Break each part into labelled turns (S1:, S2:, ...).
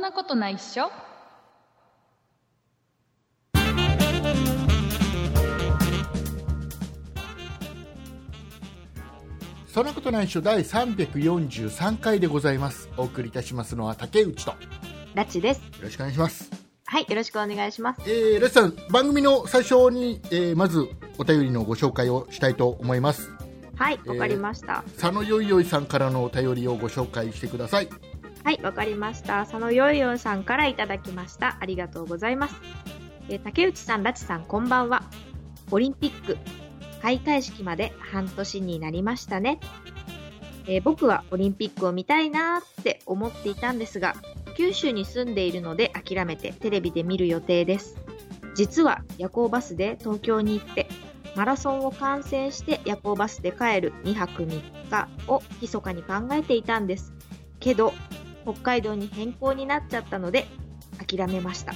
S1: なことないっしょ
S2: そんなことないっしょ第343回でございますお送りいたしますのは竹内とよ
S3: ラチです。
S2: ろしくお願いします
S3: はい、よろしくお願いします。
S2: えー、レッさん番組の最初に、えーまずお便りのご紹介をしたいと思います
S3: はい、
S2: ー
S3: わかりました。
S2: 佐野よいよいさんからのお便りをご紹介してください
S3: はい、わかりました。佐野よいよいさんからいただきました。ありがとうございます。えー竹内さん、ラチさん、こんばんは。オリンピック、開会式まで半年になりましたね。えー僕はオリンピックを見たいなーって思っていたんですが、九州に住んでいるので諦めてテレビで見る予定です。実は夜行バスで東京に行って、マラソンを観戦して夜行バスで帰る2泊3日を密かに考えていたんです。けど、北海道に変更になっちゃったので諦めました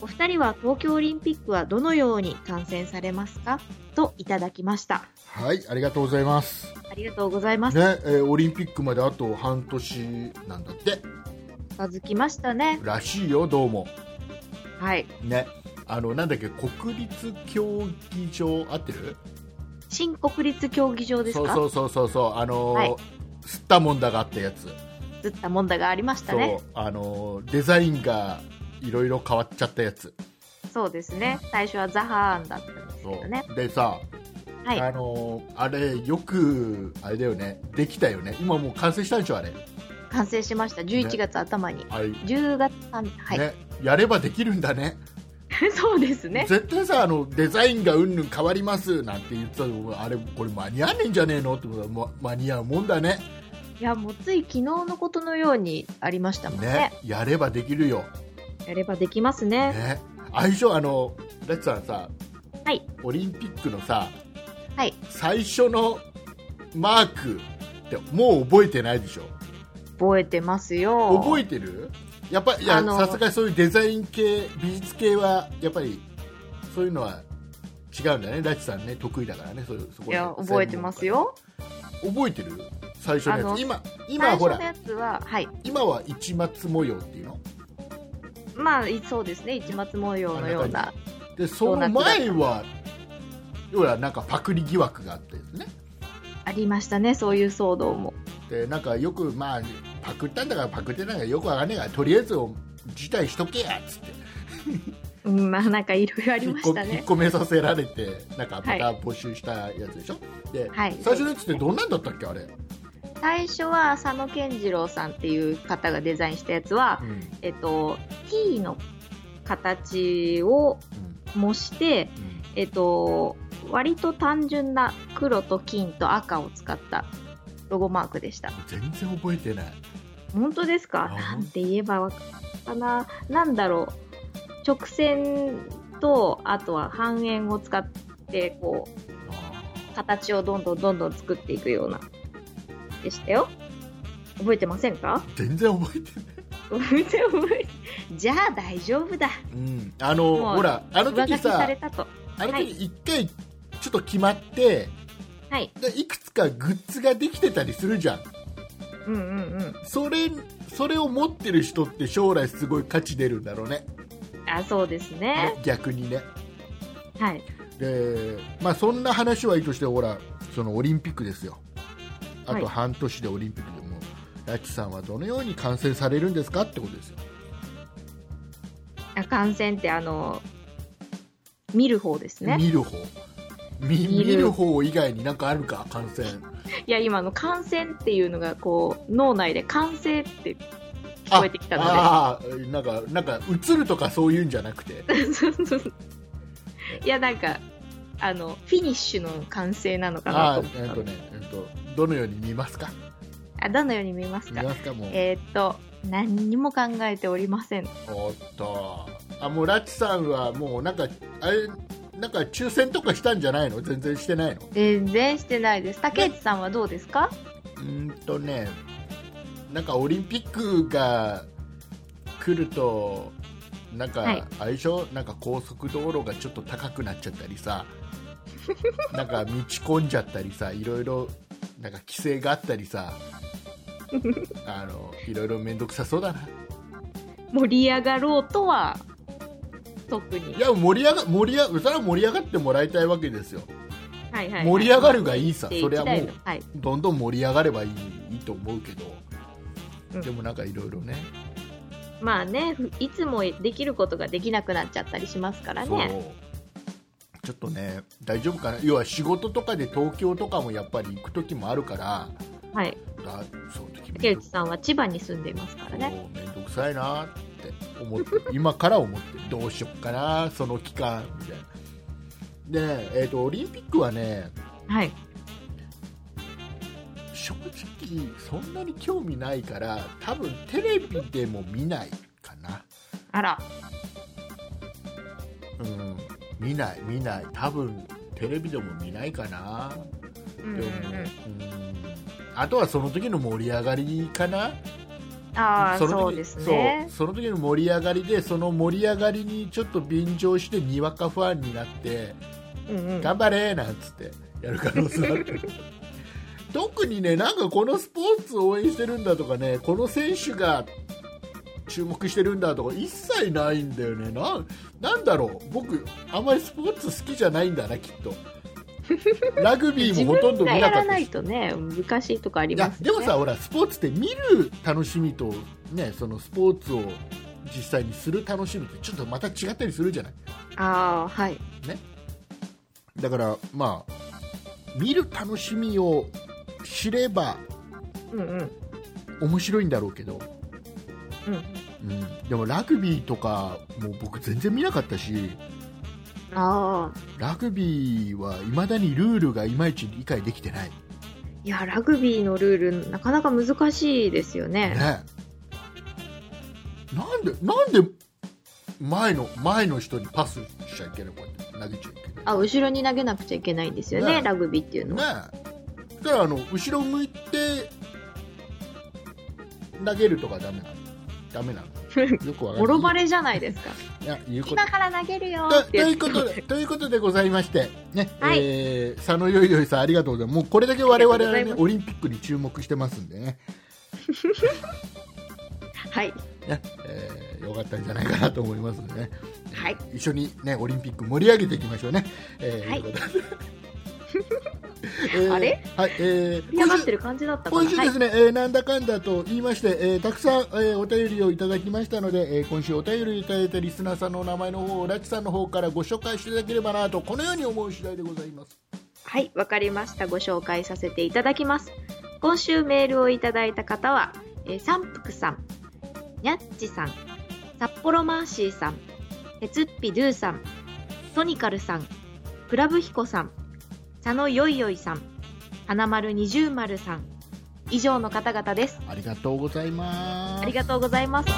S3: お二人は東京オリンピックはどのように観戦されますかといただきました
S2: はいありがとうございます
S3: ありがとうございます
S2: ね、えーオリンピックまであと半年なんだって
S3: 近づきましたね
S2: らしいよどうも
S3: はい
S2: ねあのなんだっけ国立競技場合ってる
S3: 新国立競技場です
S2: そう
S3: か
S2: そうそうそうそうあのー
S3: はい
S2: 吸ったもんだがあったやつ、
S3: ずった問題がありました
S2: そう
S3: ね
S2: あのーデザインがいろいろ変わっちゃったやつ
S3: そうですね最初はザハーンだったんですけ
S2: そ
S3: ど
S2: う、
S3: ね
S2: でさ、
S3: はい
S2: あのーあれよくあれだよねできたよね今もう完成したんでしょあれ
S3: 完成しました11月頭に、
S2: あれ、
S3: 10月3はい、
S2: ねやればできるんだね
S3: そうですね
S2: 絶対さあのデザインがうんぬん変わりますなんて言ってたのあれこれ間に合わねえんじゃねえのってことは、ま、間に合うもんだね
S3: いやもうつい昨日のことのようにありましたもんね
S2: ねやればできるよ
S3: やればできますね
S2: ね相性あのレッツさんさ
S3: はい
S2: オリンピックのさ
S3: はい
S2: 最初のマークってもう覚えてないでしょ
S3: 覚えてますよ
S2: 覚えてるやっぱいや
S3: あの
S2: さすがにそういうデザイン系美術系はやっぱりそういうのは違うんだねラチさんね得意だからねそういうそこ
S3: いや覚えてますよ
S2: 覚えてる最初の
S3: あ
S2: や
S3: の
S2: つ今今
S3: 最
S2: はほ
S3: 初の
S2: ら
S3: やつははい
S2: 今は市松模様っていうの
S3: まあいそうですね一松模様のような
S2: でその前は要はなんかパクリ疑惑があったやつね
S3: ありましたねそういう騒動も
S2: でなんかよくまあパクったんだからパクってなんかよくわかんねえからとりあえず辞退しとけやっつって
S3: うんまあなんかいろいろありました
S2: 引っ
S3: ね
S2: 込めさせられてなんかま
S3: はい
S2: た募集したやつでしょ、で、
S3: はい
S2: 最初のやつってどんなんだったっけあれ、
S3: 最初は浅野健次郎さんっていう方がデザインしたやつは
S2: うんうん
S3: えっと T の形を模してえっと割と単純な黒と金と赤を使ったロゴマークでした
S2: 全然覚えてない
S3: 本当ですか
S2: あ
S3: なんて言えばわかったな。なんだろう。直線と、あとは半円を使って、こう、形をどんどんどんどん作っていくような、でしたよ。覚えてませんか
S2: 全然覚えてない、
S3: 覚えて覚えてじゃあ大丈夫だ。
S2: うん、あ
S3: も
S2: の
S3: う
S2: ほらあの
S3: 上書
S2: 時
S3: きさ
S2: さ
S3: れたと。
S2: あの
S3: は
S2: 時
S3: い
S2: 一回ちょっと決まって
S3: はい。
S2: でいくつかグッズができてたりするじゃん
S3: うんうんうん。
S2: それそれを持ってる人って将来すごい価値出るんだろうね
S3: あ、そうですね。
S2: ね逆にね
S3: はい。
S2: でまあそんな話はいいとしてほらそのオリンピックですよあ
S3: は
S2: と
S3: い
S2: 半年でオリンピックでもラッチさんはどのように観戦されるんですかってことですよ
S3: あ感染って、あの、見る方ですね。
S2: 見る方見
S3: 見
S2: 見
S3: る
S2: る方以外になんかあるか観戦
S3: いや、今の感染っていうのが、こう、脳内で感染って聞こえてきたので。
S2: ああーなんかなんか映るとかそういうんじゃなくて
S3: いやなんかあのフィニッシュの完成なのかな
S2: あ
S3: と
S2: あ
S3: 思った
S2: えっ
S3: の
S2: とねえっとどのように見ますか
S3: あどのように見えます
S2: 見
S3: か
S2: ますかもう
S3: えーっと何にも考えておりません
S2: おっとあもうラッチさんはもうなんかあれなんか抽選とかしたんじゃないの全然してないの
S3: 全然してないです竹内さんはどうですか
S2: うーんとねなんかオリンピックが来るとなん
S3: は
S2: か
S3: い
S2: 相性、なんか高速道路がちょっと高くなっちゃったり さなんか道混んじゃったりさいろいろなんか規制があったりさあのいろいろ面倒くさそうだな
S3: 盛り上がろうとは、特に。
S2: いや盛り上が盛り上がそれは盛り上がってもらいたいわけですよ
S3: はいはいはい
S2: 盛り上がるがいいさ
S3: で
S2: それはもう
S3: 一台のはい。
S2: どんどん盛り上がればいいいいと思うけど、
S3: うん
S2: でもなんかいろいろね
S3: まあね、ふいつもできることができなくなっちゃったりしますから
S2: そう
S3: ね。
S2: ちょっとね大丈夫かな要は仕事とかで東京とかもやっぱり行く時もあるから
S3: はい。
S2: あその時
S3: 竹内さんは千葉に住んでいますからね。
S2: もう面倒くさいなって思って 今から思ってるどうしよっかなその期間みたいなでね、えー、とオリンピックはね
S3: はい。
S2: 正直そんなに興味ないから多分テレビでも見ないかな
S3: あら。
S2: うん見ない見ない多分テレビでも見ないかな
S3: うん
S2: で
S3: うん
S2: も、
S3: う
S2: うん
S3: ん。
S2: あとはその時の盛り上がりかな
S3: ああ、
S2: の時
S3: そうですね。
S2: そうその時の盛り上がりでその盛り上がりにちょっと便乗してにわかファンになって
S3: うんうん。
S2: 頑張れーなんつってやる可能性あるけ ど特にねなんかこのスポーツを応援してるんだとかねこの選手が注目してるんだとか一切ないんだよねなんなんだろう僕あんまりスポーツ好きじゃないんだなきっ とラグビーもほとんど見なか
S3: や
S2: らった
S3: な
S2: し
S3: いとね、難しいとこあり
S2: いや
S3: ます
S2: で
S3: よ
S2: も
S3: ね。
S2: さほらスポーツって見る楽しみと、ね、そのスポーツを実際にする楽しみってちょっとまた違ったりするじゃない
S3: ああ、はい。
S2: だからまあ見る楽しみを知れば
S3: うんうん。うん。
S2: 面白いんだろうけど、うん、でもラグビーとかもう僕全然見なかったし
S3: ああ。
S2: ラグビーはいまだにルールがいまいち理解できてない、
S3: いや、ラグビーのルール、なかなか難しいですよね。
S2: ね、なんでなんで前の前の人にパスしちゃいけないこうやって投げちゃいけない
S3: あ、後ろに投げなくちゃいけないんですよ
S2: ね
S3: ね、ラグビーっていうの
S2: ね
S3: は。
S2: えだからあの後ろ向いて投げるとかダメなのダメな のよくわかんない
S3: ボロバレじゃないですか。
S2: いや言うこと
S3: 今から投げるよー
S2: と
S3: っ
S2: と
S3: て言っ
S2: い
S3: て
S2: うことで、ということでございまして、ね、
S3: はい
S2: えー佐野よいよいさんありがとうございます。もうこれだけ我々は
S3: あり
S2: ね
S3: がとうございます
S2: オリンピックに注目してますんでね、
S3: はい。
S2: ね、えーよかったんじゃないかなと思いますんでね。
S3: はい。
S2: 一緒にねオリンピック盛り上げていきましょうね。えー
S3: はい
S2: とうことでえー
S3: あれ
S2: はい、えー
S3: 盛り上がってる感じだったか
S2: 今
S3: な。
S2: 週
S3: は
S2: で
S3: い。
S2: すね、えーなんだかんだと言いまして、えーたくさん、えーお便りをいただきましたので、えー今週お便りいただいたリスナーさんのお名前の方をラチさんの方からご紹介していただければなとこのように思う次第でございます
S3: はい、わかりました。ご紹介させていただきます。今週メールをいただいた方は、えー、三福さん、にゃっちさん、札幌マーシーさん、てつっぴドゥさん、トニカルさん、クラブヒコさん、佐野よいよいさん、花丸二重丸さん、以上の方々です。
S2: ありがとうございます
S3: ありがとうございます。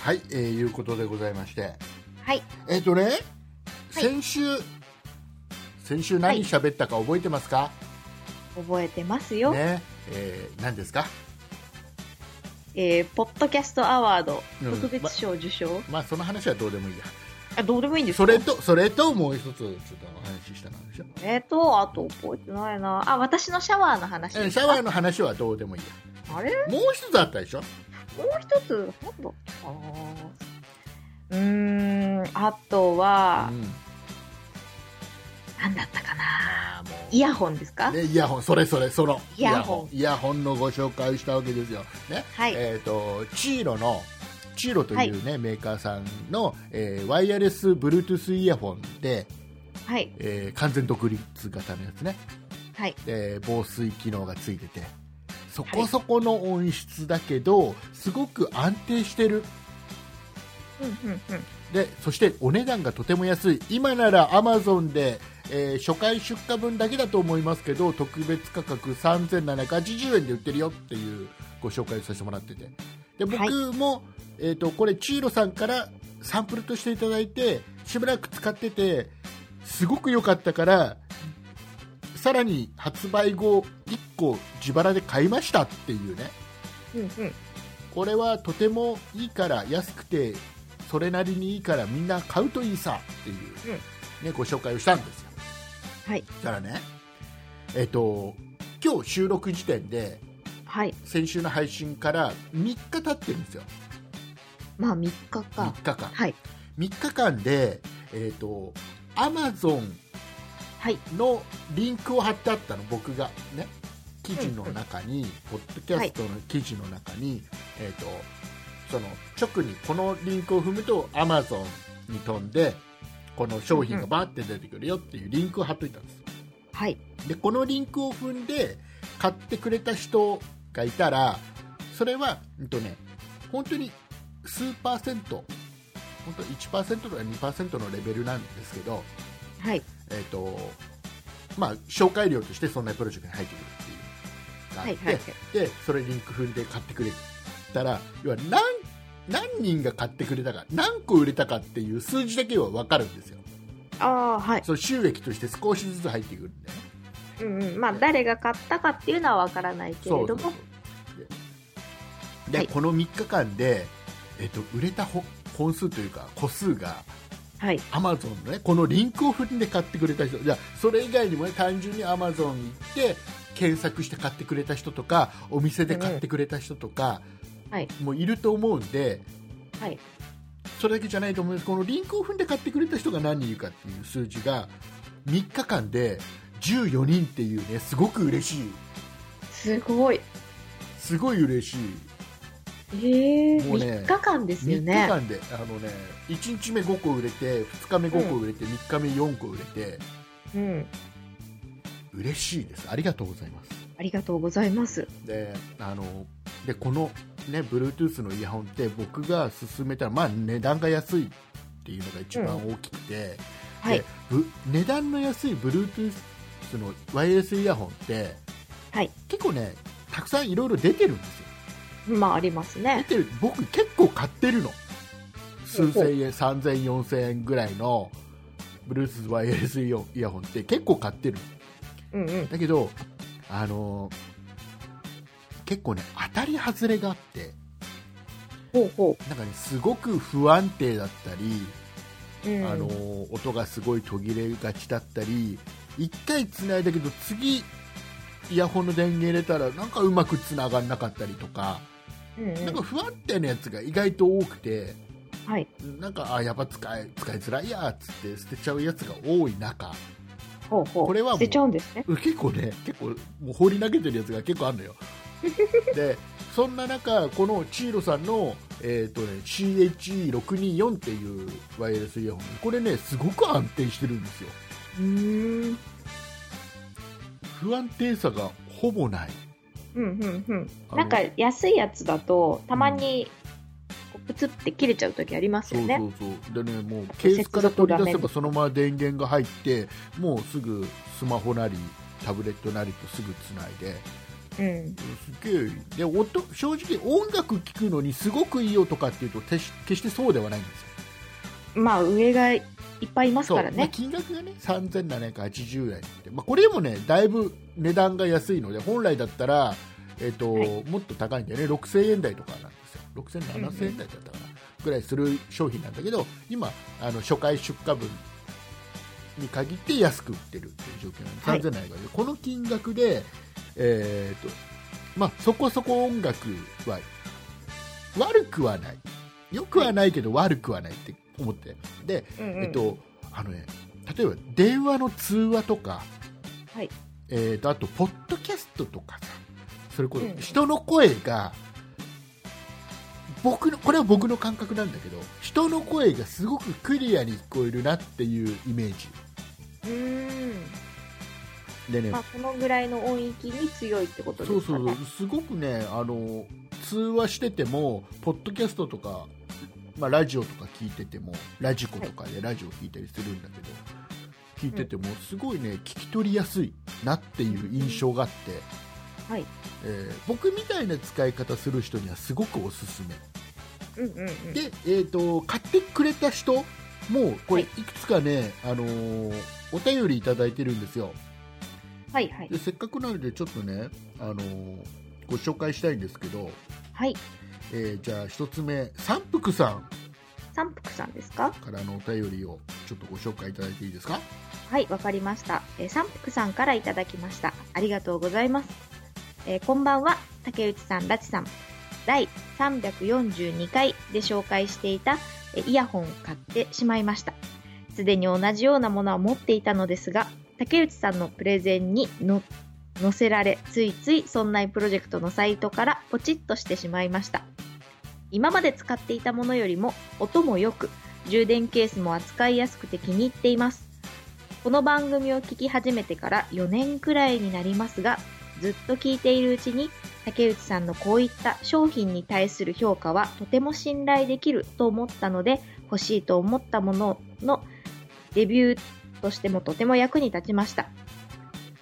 S2: はい、えーいうことでございまして
S3: はい、
S2: えっ、とね先週、先週
S3: はい
S2: 何喋ったか覚えてますか、
S3: 覚えてますよ。
S2: ね、えー何ですか
S3: えー、ポッドキャストアワード
S2: うん
S3: 特別賞受賞、
S2: まあその話はどうでもいいや
S3: あ、どうでもいいんです
S2: そ
S3: か
S2: れとそれともう一つちょっとお話ししたのでしょ
S3: えーと、あと覚えてないな。あ、私のシャワーの話
S2: うん
S3: です
S2: シ
S3: か。
S2: ャワーの話はどうでもいいや
S3: あれ
S2: もう一つあったでしょ
S3: もう一つ、なんだったかなうーん、あとは、
S2: うん
S3: なんだったかな。
S2: あーもう
S3: イヤホンですか、
S2: ね、イヤホンそれそれその
S3: イヤホ
S2: イヤホンイヤホンのご紹介をしたわけですよ、ね
S3: はい。
S2: えっ、とチーロのチーロという、ねメーカーさんの、えーワイヤレス Bluetooth イヤホンで、
S3: はい。
S2: えー完全独立型のやつね
S3: はい。
S2: で防水機能がついててそこそこの音質だけど、すごく安定してる
S3: うん、うん、うん。
S2: でそしてお値段がとても安い今ならアマゾンで、えー初回出荷分だけだと思いますけど特別価格3780円で売ってるよっていうご紹介をさせてもらっててで
S3: は
S2: 僕も、えー、とこれチーロさんからサンプルとしていただいてしばらく使っててすごく良かったからさらに発売後1個自腹で買いましたっていうね
S3: うんうん。
S2: これはとてもいいから安くてそれなりにいいからみんな買うといいさっていう、ねご紹介をしたんですよ
S3: はい。
S2: そしたらねえっと今日収録時点で
S3: はい。
S2: 先週の配信から3日経ってるんですよ
S3: まあ、3日
S2: 3
S3: か。
S2: 日間
S3: はい。
S2: 3日間でえっとアマゾン
S3: はい。
S2: のリンクを貼ってあったの僕がね記事の中に、ポッドキャストの記事の中に、えっ、とその直にこのリンクを踏むと Amazon に飛んでこの商品がバーって出てくるよっていうリンクを貼っといたんです
S3: はい。
S2: でこのリンクを踏んで買ってくれた人がいたらそれは、うんとね、本当に数パーセント本当1%とか2%のレベルなんですけど、
S3: はい。
S2: えーとまあ、紹介料としてそんなプロジェクトに入ってくる
S3: は
S2: ってい
S3: いう
S2: の。が
S3: は
S2: あ
S3: い
S2: って、。でそれリンク踏んで買ってくれたら要は何何人が買ってくれたか何個売れたかっていう数字だけは分かるんですよ
S3: ああ、はい。
S2: その収益として少しずつ入ってくるんで、ね、
S3: うんうん。まあ、誰が買ったかっていうのはわからないけれども。
S2: でで
S3: はい
S2: この3日間で、えっと売れたほ本数というか個数が
S3: はい。
S2: アマゾンのねこのリンクを踏んで買ってくれた人じゃあそれ以外にもね単純にアマゾンに行って検索して買ってくれた人とかお店で買ってくれた人とか、
S3: はい
S2: もういると思うんで
S3: はい。
S2: それだけじゃないと思うんですこのリンクを踏んで買ってくれた人が何人いるかっていう数字が3日間で14人っていうねすごく嬉しい
S3: すごい。
S2: すごい嬉しい
S3: ええ
S2: もうね
S3: 3日間ですよ
S2: 3日
S3: ね。
S2: 間で、あのね1日目5個売れて2日目5個売れて、3日目4個売れて
S3: うん。
S2: 嬉しいですありがとうございます
S3: ありがとうございます。
S2: であのでこの、ね、Bluetooth のイヤホンって僕が勧めたら、まあ、値段が安いっていうのが一番大きくて、
S3: はい
S2: で。ぶ値段の安い Bluetooth のワイヤレスイヤホンって、
S3: はい
S2: 結構ねたくさんいろいろ出てるんですよ
S3: まあ、あります
S2: 出
S3: ね。
S2: てる僕結構買ってるの数
S3: ほうほう
S2: 千円3000 4000円ぐらいの Bluetooth ワイヤレスイヤホンって結構買ってる
S3: うんうん。
S2: だけどあの結構ね当たり外れがあって
S3: ほうほ
S2: なんかねすごく不安定だったり、
S3: う。うん。
S2: あの音がすごい途切れがちだったり1回つないだけど次イヤホンの電源入れたらなんかうまくつながんなかったりとか、
S3: うんうん
S2: なんか不安定なやつが意外と多くて
S3: はい。
S2: なんかあやっぱ使い使いづらいやっつって捨てちゃうやつが多い中
S3: ほうほう。
S2: これはもう
S3: 捨てちゃうんですね。
S2: うん結構ね結構もう放り投げてるやつが結構あるの よでそんな中このチーロさんの、えーとね、CHE624 っていうワイヤレスイヤホンこれねすごく安定してるんですよ
S3: うーん。
S2: 不安定さがほぼない
S3: うんうんうん。
S2: あの
S3: なんか安いやつだとたまにこうプツって切れちゃう時あります
S2: そ
S3: よ
S2: う
S3: ね。
S2: そうそうでねもうケースから取り出せばそのまま電源が入ってもうすぐスマホなりタブレットなりとすぐつないで
S3: うん。
S2: すげえいいで音正直音楽聴くのにすごくいい音かっていうと決し決してそうではないんですよ
S3: まあ上がいっぱいいます
S2: そう
S3: から
S2: まあ
S3: ね。
S2: 金額がね3780円って、まあ、これもねだいぶ値段が安いので本来だったら、えっと
S3: はい
S2: もっと高いんだよね6000円台とかなんですよ6000 7000円台だったかな、ぐらいする商品なんだけど今あの初回出荷分に限って安く売ってるっていう状況なんで、3700円でこの金額で、えーっとまあ、そこそこ音楽は悪くはないよくはないけど悪くはないって思ってで
S3: うんうん
S2: えっと、あのね、例えば電話の通話とか、
S3: はい
S2: えっとあと、ポッドキャストとかさ、それこ
S3: うん
S2: そ人の声が、僕のこれは僕の感覚なんだけど、人の声がすごくクリアに聞こえるなっていうイメージ。
S3: うーん。
S2: でね、
S3: まあこのぐらいの音域に強いってこと
S2: そ
S3: で
S2: う
S3: すか
S2: そう
S3: ね。
S2: そうすごくねあの通話しててもポッドキャストとか、まあ、ラジオとか聞いててもラジコとかでラジオ聞いたりするんだけど、聞いててもすごいね聞き取りやすいなっていう印象があって、
S3: はい
S2: えー僕みたいな使い方する人にはすごくおすすめ
S3: うんうんうん。
S2: で、えー、と買ってくれた人もうこれ
S3: はい
S2: くつかね、あのーお便りいただいてるんですよ
S3: はいはい
S2: で。せっかくなのでちょっとね、あのーご紹介したいんですけど、
S3: はい。
S2: えーじゃあ一つ目三福さん
S3: 三福さんですか
S2: からのお便りをちょっとご紹介いただいていいですか
S3: はい、わかりました。えー三福さんからいただきました。ありがとうございます。えーこんばんは、竹内さん、ラチさん。第342回で紹介していたえーイヤホンを買ってしまいました。すでに同じようなものは持っていたのですが、竹内さんのプレゼンにの載せられ、ついついそんなプロジェクトのサイトからポチッとしてしまいました。今まで使っていたものよりも音も良く、充電ケースも扱いやすくて気に入っています。この番組を聞き始めてから4年くらいになりますが、ずっと聞いているうちに、竹内さんのこういった商品に対する評価はとても信頼できると思ったので、欲しいと思ったもののレビューとしてもとても役に立ちました。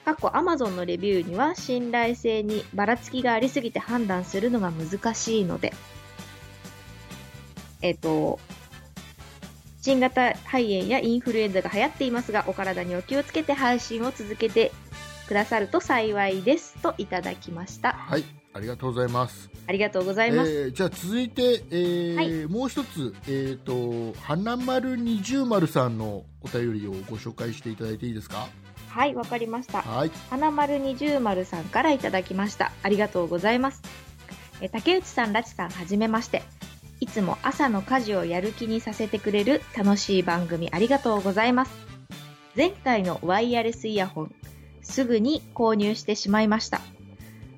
S3: 過去 Amazon のレビューには信頼性にばらつきがありすぎて判断するのが難しいので、えっ、と、新型肺炎やインフルエンザが流行っていますが、お体にお気をつけて配信を続けてくださると幸いですといただきました。
S2: はいありがとうございます
S3: ありがとうございます。
S2: えーじゃあ続いて、えー
S3: はい
S2: もう一つ、えー、と花丸二重丸さんのお便りをご紹介していただいていいですか
S3: はい、わかりました。
S2: はい
S3: 花丸二重丸さんからいただきました。ありがとうございます。えー竹内さん、ラチさん、はじめまして。いつも朝の家事をやる気にさせてくれる楽しい番組ありがとうございます。前回のワイヤレスイヤホン、すぐに購入してしまいました。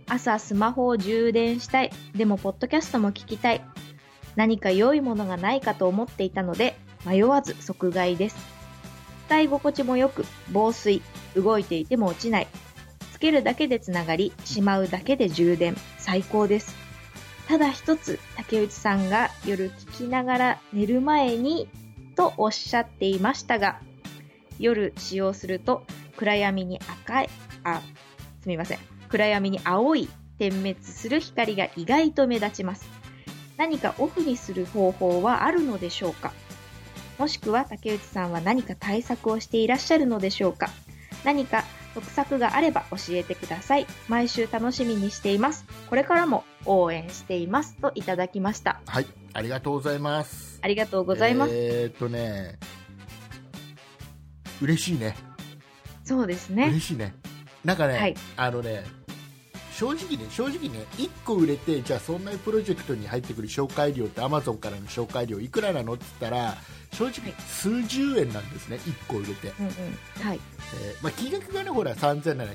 S3: 朝スマホを充電したい。でも、ポッドキャストも聞きたい。何か良いものがないかと思っていたので、迷わず即買いです。使い心地も良く、防水、動いていても落ちない。つけるだけでつながり、しまうだけで充電、最高です。ただ一つ、竹内さんが夜聞きながら寝る前に、とおっしゃっていましたが、夜使用すると、暗闇に赤い、あ、すみません。暗闇に青い、点滅する光が意外と目立ちます。何かオフにする方法はあるのでしょうかもしくは竹内さんは何か対策をしていらっしゃるのでしょうか何か得策があれば教えてください。毎週楽しみにしています。これからも応援しています。といただきました。
S2: はいありがとうございます
S3: ありがとうございます。
S2: えーっとね嬉しいね
S3: そうです
S2: 嬉
S3: ね。
S2: しいねなんかね、
S3: はい
S2: あのね正直ね正直ね1個売れてじゃあそんなプロジェクトに入ってくる紹介料ってアマゾンからの紹介料いくらなのって言ったら正直数十円なんですね1個売れて、
S3: うんうん。はい。
S2: えーまあ、金額がねほら3780円比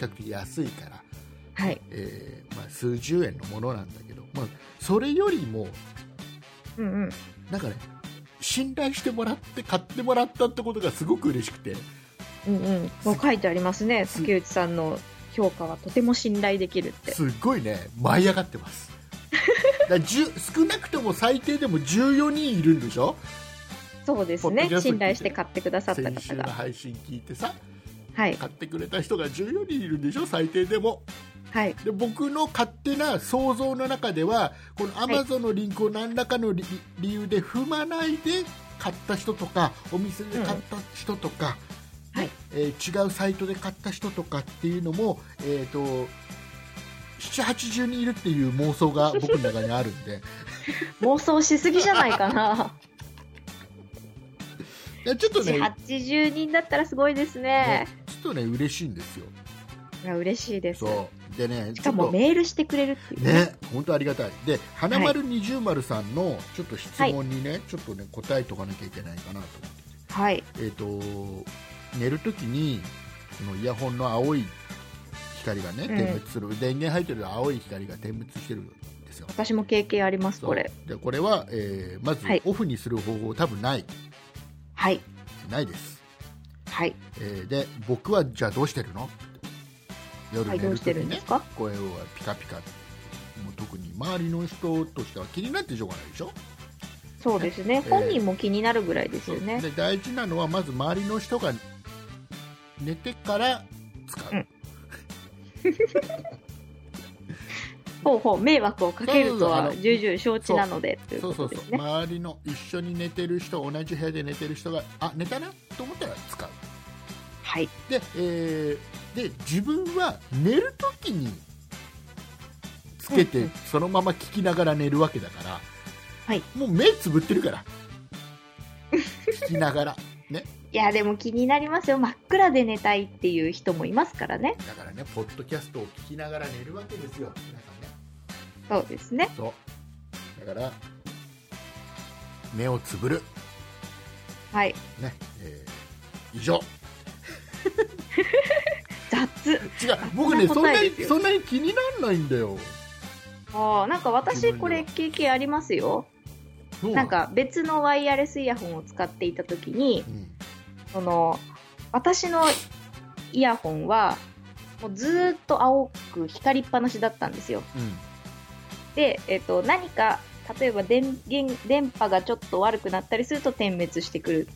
S2: 較的安いから、
S3: はい。
S2: えーまあ、数十円のものなんだけど、まあ、それよりも
S3: うんうん。
S2: なんかね信頼してもらって買ってもらったってことがすごく嬉しくて
S3: うんうん。もう書いてありますね。
S2: す
S3: 竹内さんの評価はとても信頼できるって。
S2: すっごいね舞い上がってます だから10少なくとも最低でも14人いるんでしょ
S3: そうです
S2: ポッドキ
S3: ね。
S2: ャスト聞いて
S3: 信頼して買ってくださった
S2: 先
S3: 方
S2: 週の
S3: が。
S2: 配信聞いてさ
S3: はい。
S2: 買ってくれた人が14人いるんでしょ最低でも
S3: はい。
S2: で僕の勝手な想像の中ではこのアマゾンのリンクを何らかの理,、理由で踏まないで買った人とかお店で買った人とか、
S3: うんはい
S2: えー違うサイトで買った人とかっていうのも、えー、と780人いるっていう妄想が僕の中にあるんで
S3: 妄想しすぎじゃないかな。
S2: いやちょっとね
S3: 80人だったらすごいですね。
S2: ちょっとね嬉しいんですよ
S3: いや嬉しいです。
S2: そうでねち
S3: し
S2: ょ
S3: か
S2: っ
S3: も
S2: と
S3: メールしてくれるっていう。
S2: ね、本当ありがたい。で、花丸二重丸さんのちょっと質問にね、ちょっとね答えとかなきゃいけないかなと
S3: はい。
S2: えっ、と寝るときにそのイヤホンの青い光がね
S3: うん
S2: 点滅する、電源入ってる青い光が点滅してるんですよ
S3: 私も経験あります、
S2: そう
S3: これ。
S2: でこれは、えーまず
S3: はい
S2: オフにする方法多分ない
S3: はい。
S2: ないです、
S3: はい。
S2: えーで僕はじゃあどうしてるの夜寝
S3: はい、どう
S2: る
S3: し
S2: と
S3: て
S2: き
S3: るん
S2: に
S3: で
S2: ね
S3: すか
S2: 声はピカピカもう特に周りの人としては気になってしょうがないでしょ
S3: そうですね。
S2: え
S3: 本人も気になるぐらいです
S2: そう
S3: よね。
S2: で大事なのはまず周りの人が寝てから使う、
S3: うんほうほう、迷惑をかけると
S2: そうそうそ
S3: は
S2: う
S3: 重々承知なので、という
S2: そうそう
S3: ことで
S2: そう
S3: すね。
S2: 周りの一緒に寝てる人同じ部屋で寝てる人があ寝たなと思ったら使う
S3: はい。
S2: で,、えーで自分は寝るときにつけ
S3: うんう
S2: て
S3: ん
S2: そのまま聞きながら寝るわけだから、
S3: はい
S2: もう目つぶってるから聞きながら
S3: いや、でも気になりますよ。真っ暗で寝たいっていう人もいますからね。
S2: だからねポッドキャストを聞きながら寝るわけですよ皆さんね
S3: そうですね。
S2: そうだから目をつぶる
S3: はい。
S2: ね、えー以上
S3: 雑。
S2: 違う僕ねそんな
S3: 答え
S2: に
S3: ですよ
S2: そんなに気になんないんだよ
S3: ああ、なんか
S2: 自
S3: 私
S2: 分で
S3: これ経験ありますよ。
S2: そう
S3: なんか別のワイヤレスイヤホンを使っていた時に
S2: う、ん
S3: その、私のイヤホンは、もうずーっと青く光りっぱなしだったんですよ。
S2: うん
S3: で、えっと何か例えば電源電波がちょっと悪くなったりすると点滅してくる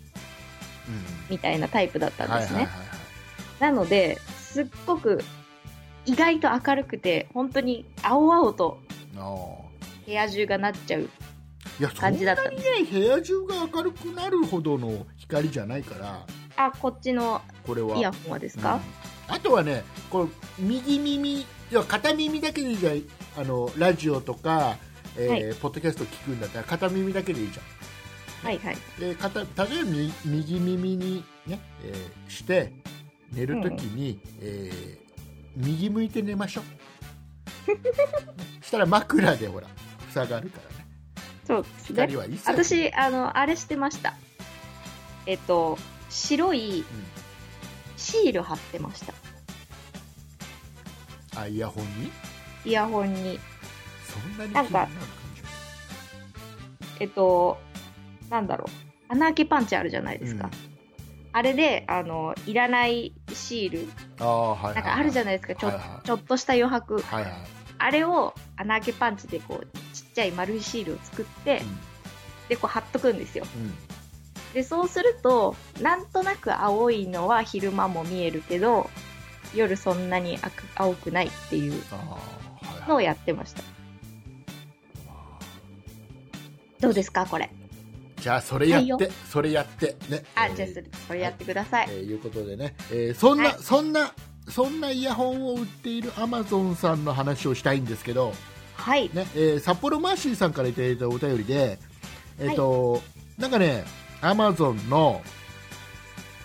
S3: みたいなタイプだったんですね、
S2: はいはいはいはい
S3: なのですっごく意外と明るくて本当に青々と
S2: あ
S3: 部屋中がなっちゃう
S2: ーいや
S3: 感じだった
S2: そんなにね部屋中が明るくなるほどの光じゃないから
S3: あこっちの
S2: これは
S3: イヤホンはですか、
S2: うんあとはねこう右耳要は片耳だけでいいじゃんあのラジオとか、えー
S3: は
S2: ポッドキャスト聞くんだったら片耳だけでいいじゃん
S3: はいはい
S2: で片例えばみ右耳に、ねえーして寝るときに、えー右向いて寝ましょう したら枕でほら塞がるからね
S3: そうですね
S2: 光は一切
S3: 私あのあれしてましたえっと白いシール貼ってました
S2: あイヤホンに
S3: イヤホンに
S2: そんなに気
S3: なん
S2: になる
S3: か
S2: 感じ
S3: えっと、なんだろう、穴あけパンチあるじゃないです
S2: う
S3: か。
S2: ん
S3: あれで、あの、いらないシール、
S2: ああはいはい、はい、
S3: なんかあるじゃないですか、ちょ,、
S2: はいはい
S3: ちょっとした余白。
S2: はいはい、
S3: あれを穴あけパンチでこう、ちっちゃい丸いシールを作って、で、こう貼っとくんですよ。
S2: うんうん
S3: で、そうすると、なんとなく青いのは昼間も見えるけど、夜そんなに赤青くないっていう
S2: ああはいはい
S3: のをやってました。どうですか、これ。
S2: じゃあそれやっ
S3: 採
S2: てそれやってね
S3: あ、
S2: えー
S3: じゃあそれ、それやってください。
S2: えーいうことでね、えーそんな、
S3: はい
S2: そんなそんなイヤホンを売っているアマゾンさんの話をしたいんですけど、
S3: はい。
S2: ねえー札幌マーシーさんからいただいたお便りで、えーとなんかねアマゾンの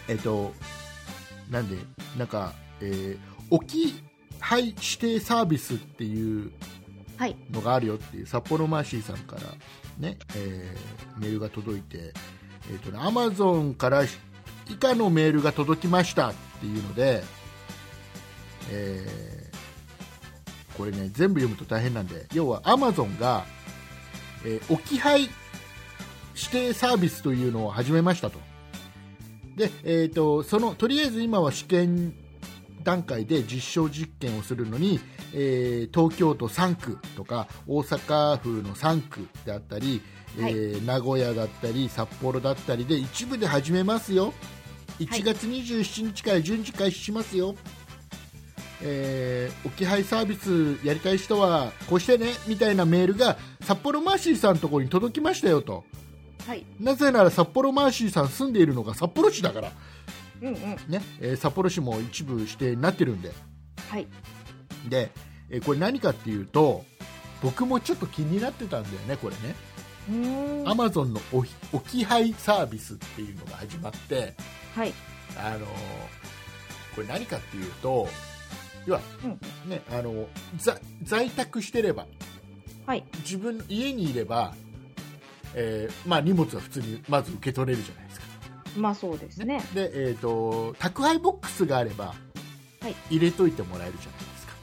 S2: えっ、となんでなんか、えー置き配指定サービスっていう
S3: はい。
S2: のがあるよっていう札幌マーシーさんから、ねえーメールが届いて、えーとね、Amazon から以下のメールが届きましたっていうので、えーこれね全部読むと大変なんで要は Amazon が、えー置き配指定サービスというのを始めましたと。でえー、とそのとりあえず今は試験段階で実証実験をするのに、えー東京都3区とか大阪府の3区であったり、
S3: はい
S2: えー名古屋だったり札幌だったりで一部で始めますよ
S3: はい
S2: 1月27日から順次開始しますよ、えー置き配サービスやりたい人はこうしてねみたいなメールが札幌マーシーさんのところに届きましたよと
S3: はい。
S2: なぜなら札幌マーシーさん住んでいるのが札幌市だから、
S3: うんうん。
S2: ねえー札幌市も一部指定になってるんで
S3: はい。
S2: で、えーこれ何かっていうと僕もちょっと気になってたんだよねこれね
S3: うーん。
S2: アマゾンのおひ置き配サービスっていうのが始まって
S3: はい。
S2: あのーこれ何かっていうと要は、ねあのーざ在宅してれば
S3: はい。
S2: 自分家にいれば、えーまあ、荷物は普通にまず受け取れるじゃないですか
S3: まあそうですね。
S2: で、えー、と宅配ボックスがあれば、
S3: はい
S2: 入れといてもらえるじゃないですか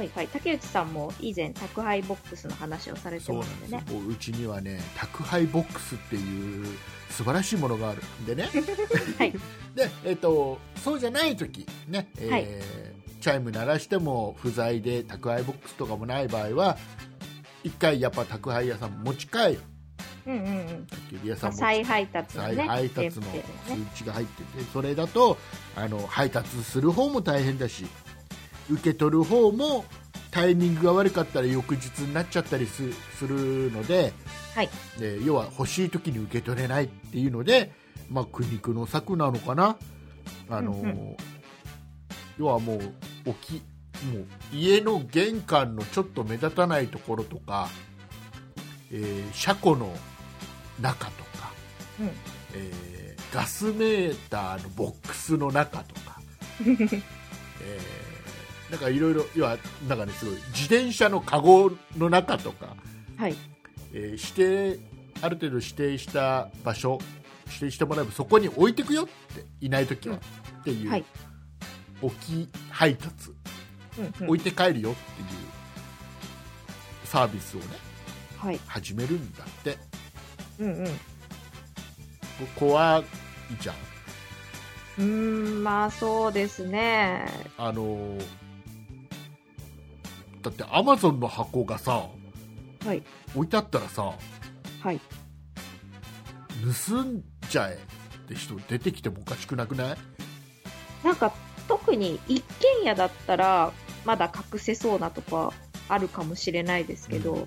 S3: はいはい。竹内さんも以前宅配ボックスの話をされて
S2: そう
S3: ま
S2: な
S3: す
S2: んで
S3: よ
S2: す
S3: ね。
S2: よもううちにはね宅配ボックスっていう素晴らしいものがあるんでね
S3: はい
S2: で、えっとそうじゃない時ね、えー
S3: はい
S2: チャイム鳴らしても不在で宅配ボックスとかもない場合は一回やっぱ宅配屋さん持ち帰る
S3: うんうんうん。
S2: 宅急便屋さん
S3: まあ、
S2: 持ち
S3: 再配達のね。
S2: 再配達の
S3: 伝票ね
S2: 通知が入ってて、それだとあの配達する方も大変だし受け取る方もタイミングが悪かったら翌日になっちゃったりすするので、
S3: はい
S2: で要は欲しい時に受け取れないっていうので、まあ、苦肉の策なのかなあの、
S3: うんう
S2: 要はもう置きもう家の玄関のちょっと目立たないところとか、えー車庫の中とか、
S3: うん
S2: えーガスメーターのボックスの中と か。えーなんかいろいろ要はなんかねすごい自転車のカゴの中とか、
S3: はい
S2: えー指定ある程度指定した場所指定してもらえばそこに置いてくよっていない時は、
S3: うん
S2: っていう、
S3: はい
S2: 置き配達、
S3: うんう
S2: 置
S3: ん
S2: いて帰るよっていうサービスをね
S3: はい
S2: 始めるんだって
S3: うんうん
S2: こ怖いじゃん
S3: うーんまあそうですね
S2: あのーだってアマゾンの箱がさ
S3: はい
S2: 置いてあったらさ
S3: はい
S2: 盗んじゃえって人出てきてもおかしくなくない
S3: なんか特に一軒家だったらまだ隠せそうなとかあるかもしれないですけど、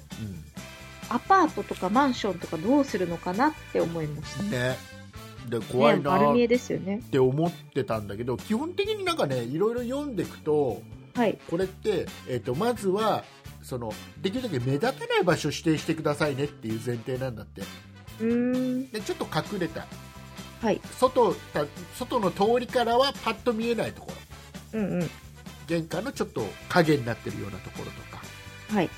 S3: アパートとかマンションとかどうするのかなって思いました
S2: うん、ねで怖い
S3: ね
S2: な
S3: 丸見
S2: ー
S3: え
S2: っ
S3: ですよね
S2: て思ってたんだけど基本的になんかねいろいろ読んでいくと
S3: はい
S2: これって、えっとまずはそのできるだけ目立たない場所指定してくださいねっていう前提なんだって
S3: うーん
S2: でちょっと隠れた
S3: はい
S2: 外た外の通りからはパッと見えないところ
S3: うんうん
S2: 玄関のちょっと影になってるようなところとか
S3: はい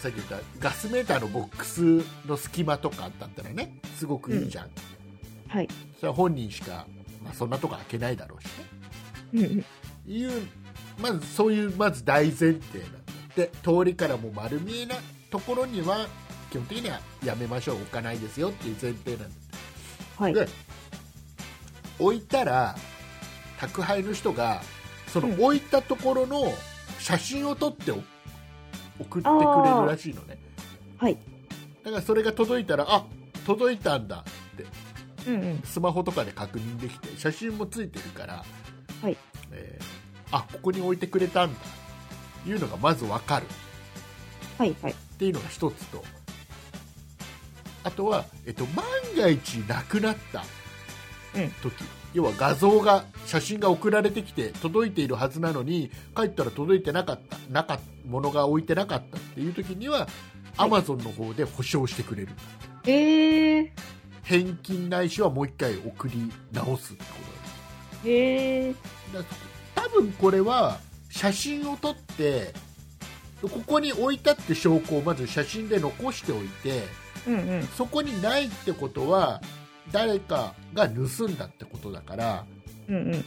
S2: さっき言ったガスメーターのボックスの隙間とかだったらねすごくいいじゃん、
S3: はい
S2: それは本人しか、まあ、そんなとこ開けないだろうしね
S3: うんうん
S2: いうまずそういうまず大前提なんだって通りからも丸見えなところには基本的にはやめましょう置かないですよっていう前提なんだ
S3: はい
S2: で置いたら宅配の人がその
S3: うん
S2: 置いたところの写真を撮ってお送ってくれるらしいのね
S3: はい
S2: だからそれが届いたらあ届いたんだ
S3: うんうん
S2: スマホとかで確認できて写真もついてるから、
S3: はい
S2: えーあここに置いてくれたんだいうのがまず分かるっ
S3: はいはい
S2: ていうのが一つとあとは、えっと、万が一なくなった
S3: うん
S2: 時、要は画像が写真が送られてきて届いているはずなのに帰ったら届いてなかったなかものが置いてなかったっていう時には Amazon の方で保証してくれる
S3: えー、
S2: 返金ないしはもう一回送り直すってことだね
S3: えー、
S2: だ多分これは写真を撮ってここに置いたって証拠をまず写真で残しておいて
S3: うんうん
S2: そこにないってことは誰かが盗んだってことだから、
S3: うんうん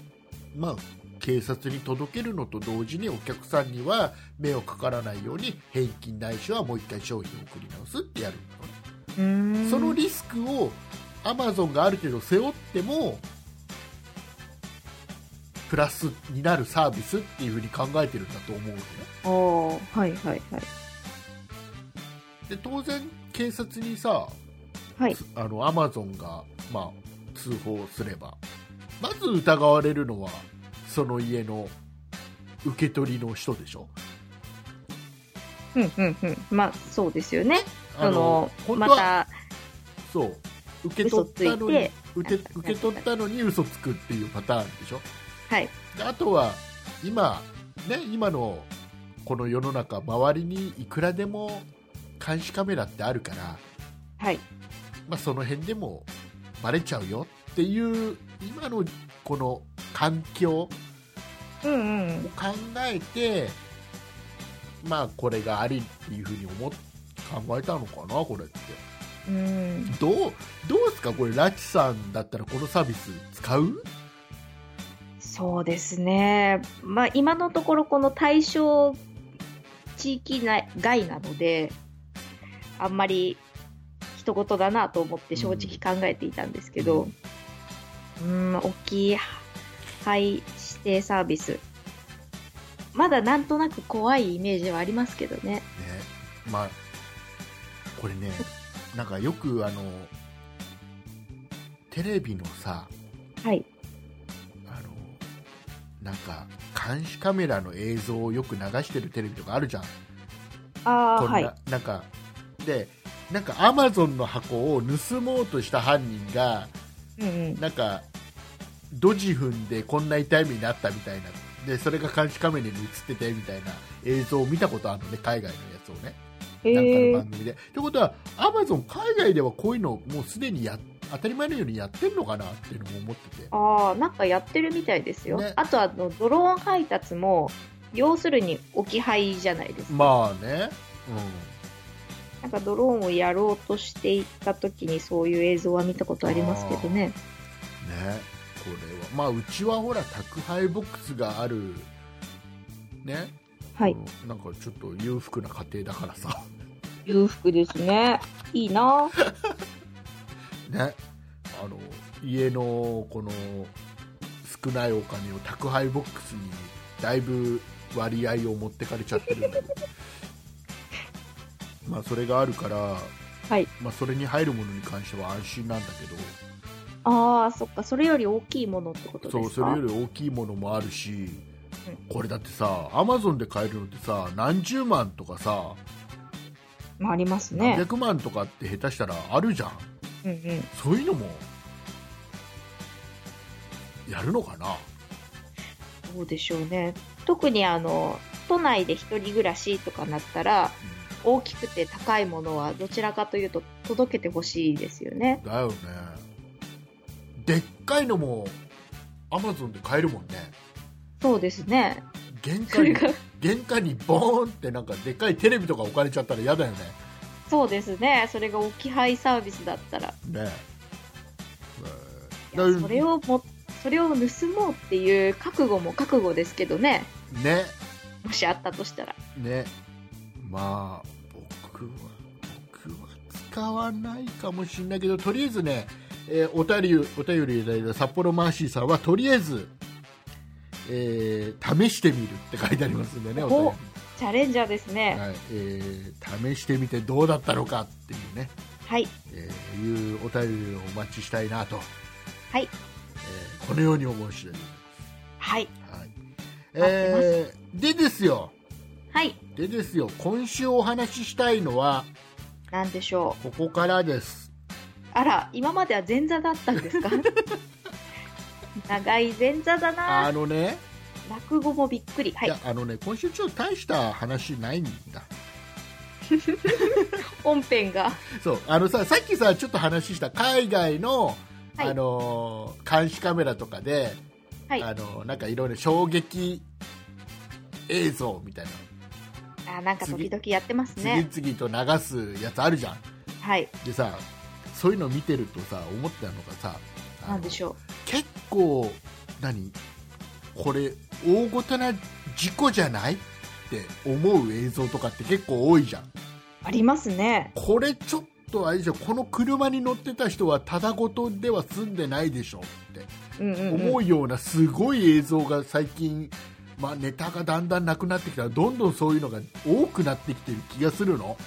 S2: まあ、警察に届けるのと同時にお客さんには迷惑かからないように返金ないしはもう一回商品を送り直すってやるのね
S3: うーん
S2: そのリスクをアマゾンがある程度背負ってもプラスになるサービスっていうふうに考えてるんだと思うのね
S3: おーはいはいはい
S2: で当然警察にさ、
S3: はい
S2: つあのアマゾンが、まあ、通報すればまず疑われるのはその家の受け取りの人でしょ
S3: うんうんうんまあそうですよね
S2: あ
S3: その
S2: 本
S3: ま
S2: 当は
S3: た
S2: そう受け取ったの
S3: 嘘つい
S2: に
S3: て
S2: 受け受け取ったのに嘘つくっていうパターンでしょ
S3: はい
S2: であとは今,、ね、今のこの世の中周りにいくらでも監視カメラってあるから、
S3: はい
S2: まあ、その辺でもバレちゃうよっていう今のこの環境を
S3: うんうん
S2: 考えてまあこれがありっていうふうに思っ考えたのかなこれって
S3: うん
S2: どうどうですかこれラチさんだったらこのサービス使う
S3: そうですね、まあ、今のところこの対象地域内外なのであんまり人事だなと思って正直考えていたんですけど、うん、大きい配指定サービスまだなんとなく怖いイメージはありますけどね
S2: ねまあこれねなんかよくあのテレビのさ
S3: はい
S2: あのなんか監視カメラの映像をよく流してるテレビとかあるじゃん
S3: ああ
S2: こんな,、
S3: はい
S2: なんかでなんかアマゾンの箱を盗もうとした犯人が
S3: うんうん
S2: なんかドジ踏んでこんな痛い目になったみたいなでそれが監視カメラに映っててみたいな映像を見たことあるのね海外のやつをね、
S3: へえ
S2: なんかの番組で。ってことはアマゾン海外ではこういうのをもうすでにやっ当たり前のようにやってるのかなっていうのも思ってて。
S3: ああなんかやってるみたいですよ、
S2: ね
S3: あとあのドローン配達も要するに置き配じゃないですか、
S2: まあね、
S3: なんかドローンをやろうとしていた時にそういう映像は見たことありますけどね
S2: うん、ね、これは、まあ、うちはほら、宅配ボックスがある、ね、
S3: はい
S2: うんなんかちょっと裕福な家庭だからさ、
S3: 裕福ですねいいな
S2: ね、あの家のこの少ないお金を宅配ボックスにだいぶ割合を持ってかれちゃってるんだけど、 まあ、それがあるから、
S3: はい
S2: まあ、それに入るものに関しては安心なんだけど。
S3: ああそっかそれより大きいものってことですか
S2: そうそれより大きいものもあるし、これだってさアマゾンで買えるのってさ何十万とかさ、
S3: まあ、あります
S2: 何
S3: ね
S2: 百万とかって下手したらあるじゃん
S3: うんうん
S2: そういうのもやるのかな
S3: どうでしょうね特にあの都内で一人暮らしとかなったら大きくて高いものはどちらかというと届けてほしいですよね
S2: だよねでっかいのもアマゾンで買えるもんね
S3: そうですね
S2: 玄
S3: そ
S2: 関
S3: れ
S2: に
S3: が
S2: 玄関にボーンってなんかでっかいテレビとか置かれちゃったら嫌だよね
S3: そうですねそれが置き配サービスだったら
S2: ねえ
S3: い
S2: だ
S3: やそれをもそれを盗もうっていう覚悟も覚悟ですけどね
S2: ね
S3: もしあったとしたら
S2: ねまあ僕は僕は使わないかもしれないけどとりあえずね、えーお便りお便りいただいた札幌マーシーさんはとりあえず、えー試してみるって書いてありますんでねお便り、
S3: おチャレンジャーですね
S2: はいえー試してみてどうだったのかっていうね、
S3: はい
S2: えーいうお便りをお待ちしたいなと、
S3: はい
S2: えーこのように思う次第で
S3: はい
S2: す、はい
S3: 待ってま
S2: え
S3: す
S2: ーでですよ
S3: はい
S2: でですよ今週お話ししたいのは
S3: なんでしょ
S2: ここからです。
S3: うあら今までは前座だったんです か長い前座だな
S2: あのね、、
S3: 落語もびっくりはいい
S2: やあのね、今週ちょっと大した話ないんだ。
S3: 本編が
S2: そう、あのさ、さっきさ、ちょっと話した海外の、
S3: はい
S2: あのー監視カメラとかで、
S3: はい
S2: あのーなんかいろいろ衝撃映像みたいな、
S3: あなんか時々やってますね
S2: 次々と流すやつあるじゃん。
S3: はい
S2: でさ、そういうの見てるとさ、思ったのがさ、あの
S3: なんでしょ
S2: 結構何これ大ごとな事故じゃないって思う映像とかって結構多いじゃん
S3: うありますね
S2: これちょっとあれでしょこの車に乗ってた人はただごとでは済んでないでしょって
S3: うんうん、うん、
S2: 思うようなすごい映像が最近、まあ、ネタがだんだんなくなってきたらどんどんそういうのが多くなってきてる気がするの、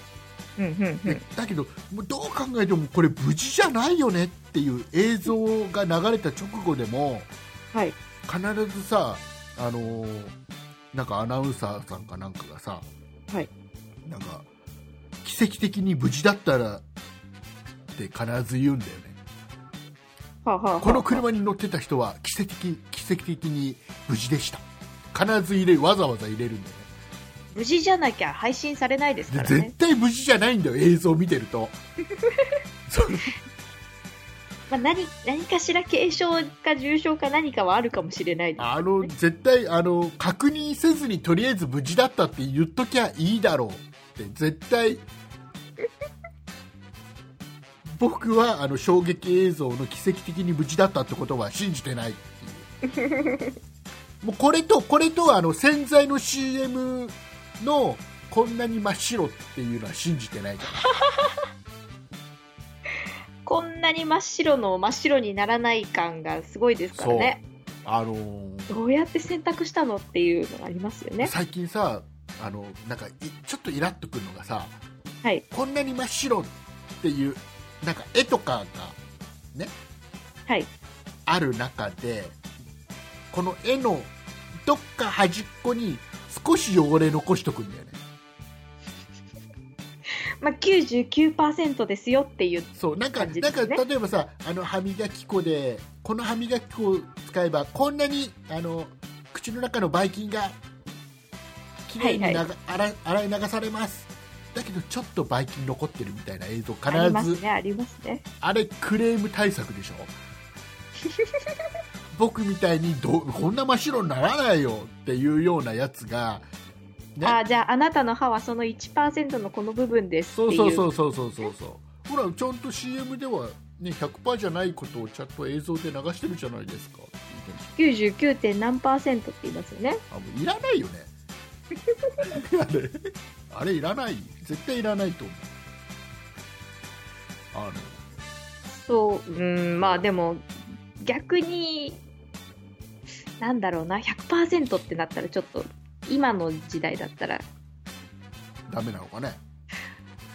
S3: うんうんう
S2: で
S3: ん
S2: だけどもうどう考えてもこれ無事じゃないよねっていう映像が流れた直後でも、
S3: はい
S2: 必ずさ、あのーなんかアナウンサーさんかなんかがさ、
S3: はい
S2: なんか奇跡的に無事だったらって必ず言うんだよね
S3: はあ、はあはあ、
S2: この車に乗ってた人は奇跡的奇跡的に無事でした必ず入れるわざわざ入れるんだよ
S3: 無事じゃなきゃ配信されないですか
S2: ね
S3: ら
S2: で
S3: ね
S2: 絶、対無事じゃないんだよ映像見てる とそう
S3: まあ、何何かしら軽症か重症か何かはあるかもしれないです
S2: あの絶対あの確認せずにとりあえず無事だったって言っときゃいいだろうって絶対僕はあの衝撃映像の奇跡的に無事だったってことは信じてないっていうもうこれとこれとあの洗剤の CM のこんなに真っ白っていうのは信じてないから
S3: こんなに真っ白の真っ白にならない感がすごいですからね
S2: あのー
S3: どうやって選択したのっていうのがありますよね
S2: 最近さあのなんかいちょっとイラっとくるのがさ、
S3: はい
S2: こんなに真っ白っていうなんか絵とかが
S3: はい
S2: ある中でこの絵のどっか端っこに少し汚れ残しとくんだよね
S3: まあ、99%ですよっていう。
S2: そうなんか,、
S3: 感じで
S2: なん
S3: す
S2: か
S3: ね
S2: 例えばさあの歯磨き粉でこの歯磨き粉を使えばこんなにあの口の中のばい菌がきれいに
S3: はい
S2: な
S3: は
S2: が洗い洗い流されますだけどちょっとばい菌残ってるみたいな映像必
S3: あります
S2: ず
S3: ね、ありますね。
S2: あれクレーム対策でしょ僕みたいにどこんな真っ白にならないよっていうようなやつが、ね
S3: あじゃあ、あなたの歯はその1%のこの部分です
S2: そ
S3: っ
S2: う
S3: ていう。
S2: そうそうそうそうそうそうほらちゃんと CM では、ね、100%じゃないことをちゃんと映像で流してるじゃないですかって言ってるんですよ
S3: 99. 点何パーセントって言いますよね。
S2: あもういらないよね あれあれいらない絶対いらないと思うあの
S3: そう、うん、まあでも、逆に、なんだろうな、100%ってなったらちょっと、今の時代だったら、
S2: ダメなのかね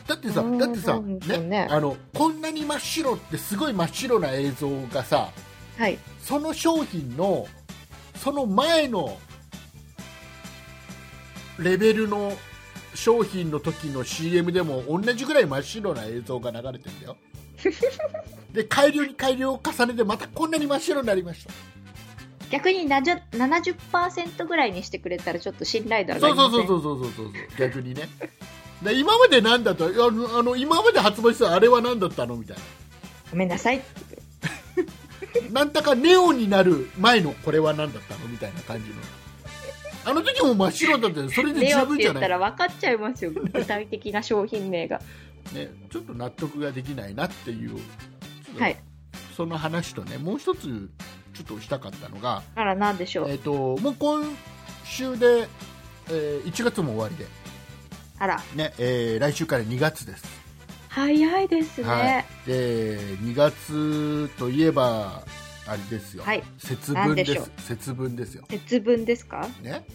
S2: だってさ
S3: うん
S2: だってさ、
S3: うんそ
S2: ね
S3: うね
S2: あのこんなに真っ白ってすごい真っ白な映像がさ
S3: はい。
S2: その商品のその前のレベルの商品の時の CM でも同じぐらい真っ白な映像が流れてんだよ で改良に改良を重ねてまたこんなに真っ白になりました
S3: 逆になじゅ70%ぐらいにしてくれたらちょっと信頼度上が
S2: そ
S3: り
S2: うそ
S3: ま
S2: う
S3: す
S2: そうそ
S3: ね。
S2: うそうそうそう逆にねで今までなんだとあのあの今まで発売したあれは何だったのみたいな
S3: ごめんなさい。
S2: なんたかネオンになる前のこれは何だったのみたいな感じのあの時も真っ白だったよそれで
S3: レ
S2: 十
S3: オって
S2: 分じ
S3: 言
S2: ゃ
S3: っ
S2: な
S3: た
S2: い、
S3: ら分かっちゃいますよ、 具体的な商品名が。
S2: ね、ちょっと納得ができないなっていうちょっと
S3: はい
S2: その話とねもう一つちょっとしたかったのが、
S3: あら、なんでしょう
S2: え。っともう今週で、えー1月も終わりで、
S3: あら、
S2: ねえー来週から2月です
S3: 早いです
S2: はい
S3: ね。、
S2: で2月といえばあれですよ、
S3: はい
S2: 節
S3: な
S2: 分
S3: んで
S2: で
S3: しょう
S2: す節分ですよ
S3: 節分ですか
S2: ね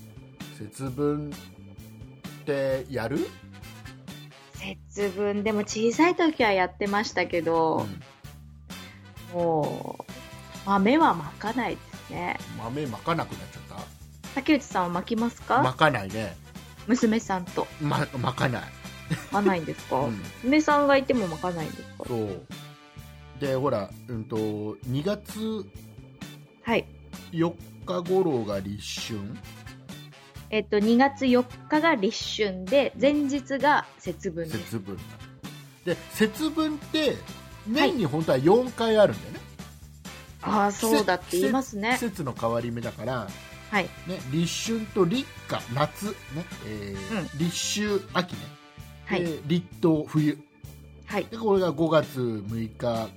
S2: 節分ってやる、
S3: 節分、でも小さい時はやってましたけ
S2: う
S3: ど、
S2: ん
S3: もう、豆はまかないですね。
S2: 豆まかなくなっちゃっ
S3: 竹内さんは巻きます
S2: た
S3: か、
S2: まかないね
S3: 娘さんと
S2: ままかない、
S3: 巻かないんですか、
S2: うん、
S3: 娘さんがいても巻かないんですか
S2: そうでほら、うん、と2月
S3: はい
S2: 4日頃が立春
S3: えっと2月4日が立春で前日が節分です
S2: 節分だで節分って年に本当は4回あるんだよね、
S3: ああそうだって言います
S2: 季
S3: ね
S2: 節の変わり目だから、
S3: はい
S2: ね、立春と立夏夏、ねえー立秋秋ね、
S3: はい、
S2: で立冬冬
S3: はい
S2: でこれが5月6日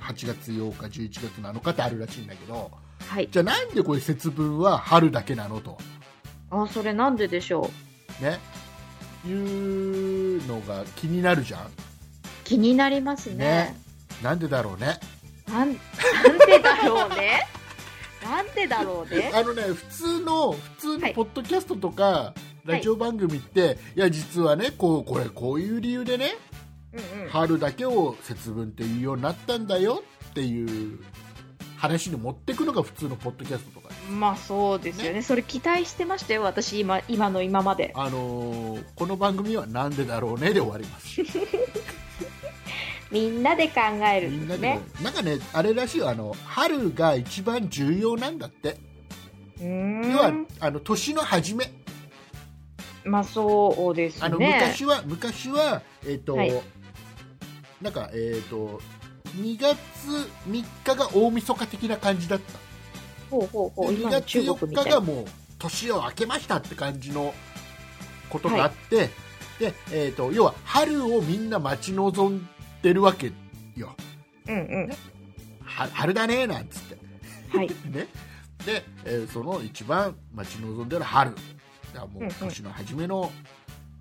S2: 8月8日11月7日ってあるらしいんだけど
S3: はい
S2: じゃあなんでこれ節分は春だけなのと、
S3: ああそれなんででしょう
S2: ね、いうのが気になるじゃん
S3: 気になりますね
S2: ねなんでだろうね
S3: なんなんでだろう ねなんでだろうね
S2: あのね普通の普通
S3: は
S2: の
S3: い
S2: ポッドキャストとか、ラジオ番組って、い、や実はねこうこれこういう理由でね
S3: うんうん
S2: 春だけを節分っていうようになったんだよっていう話に持ってくのが普通のポッドキャストとか
S3: まあそうですよねそれ期待してましたよ私今今の今まで
S2: あのーこの番組は「なんでだろうね」で終わります
S3: みんなで考える
S2: みん
S3: んで
S2: な
S3: す
S2: で、
S3: ね
S2: なんかねあれらしいよあの春が一番重要なんだって
S3: うーん
S2: 要はあの年の初め
S3: まあそうですね
S2: あの昔は、昔はえっ、と、
S3: はい
S2: なんかえっ、と2月3日が大晦日的な感じだった
S3: ほうほうほう
S2: 2
S3: 今の
S2: 月
S3: 中
S2: 4
S3: 国みた
S2: 日
S3: い
S2: が
S3: な
S2: もう年を明けましたって感じのことがあって、でえー、と要は春をみんな待ち望んでるわけよ
S3: うんうん
S2: は春だねなんつって
S3: はい
S2: ねで、えーその一番待ち望んでる春だからも
S3: んう
S2: うん年の初めの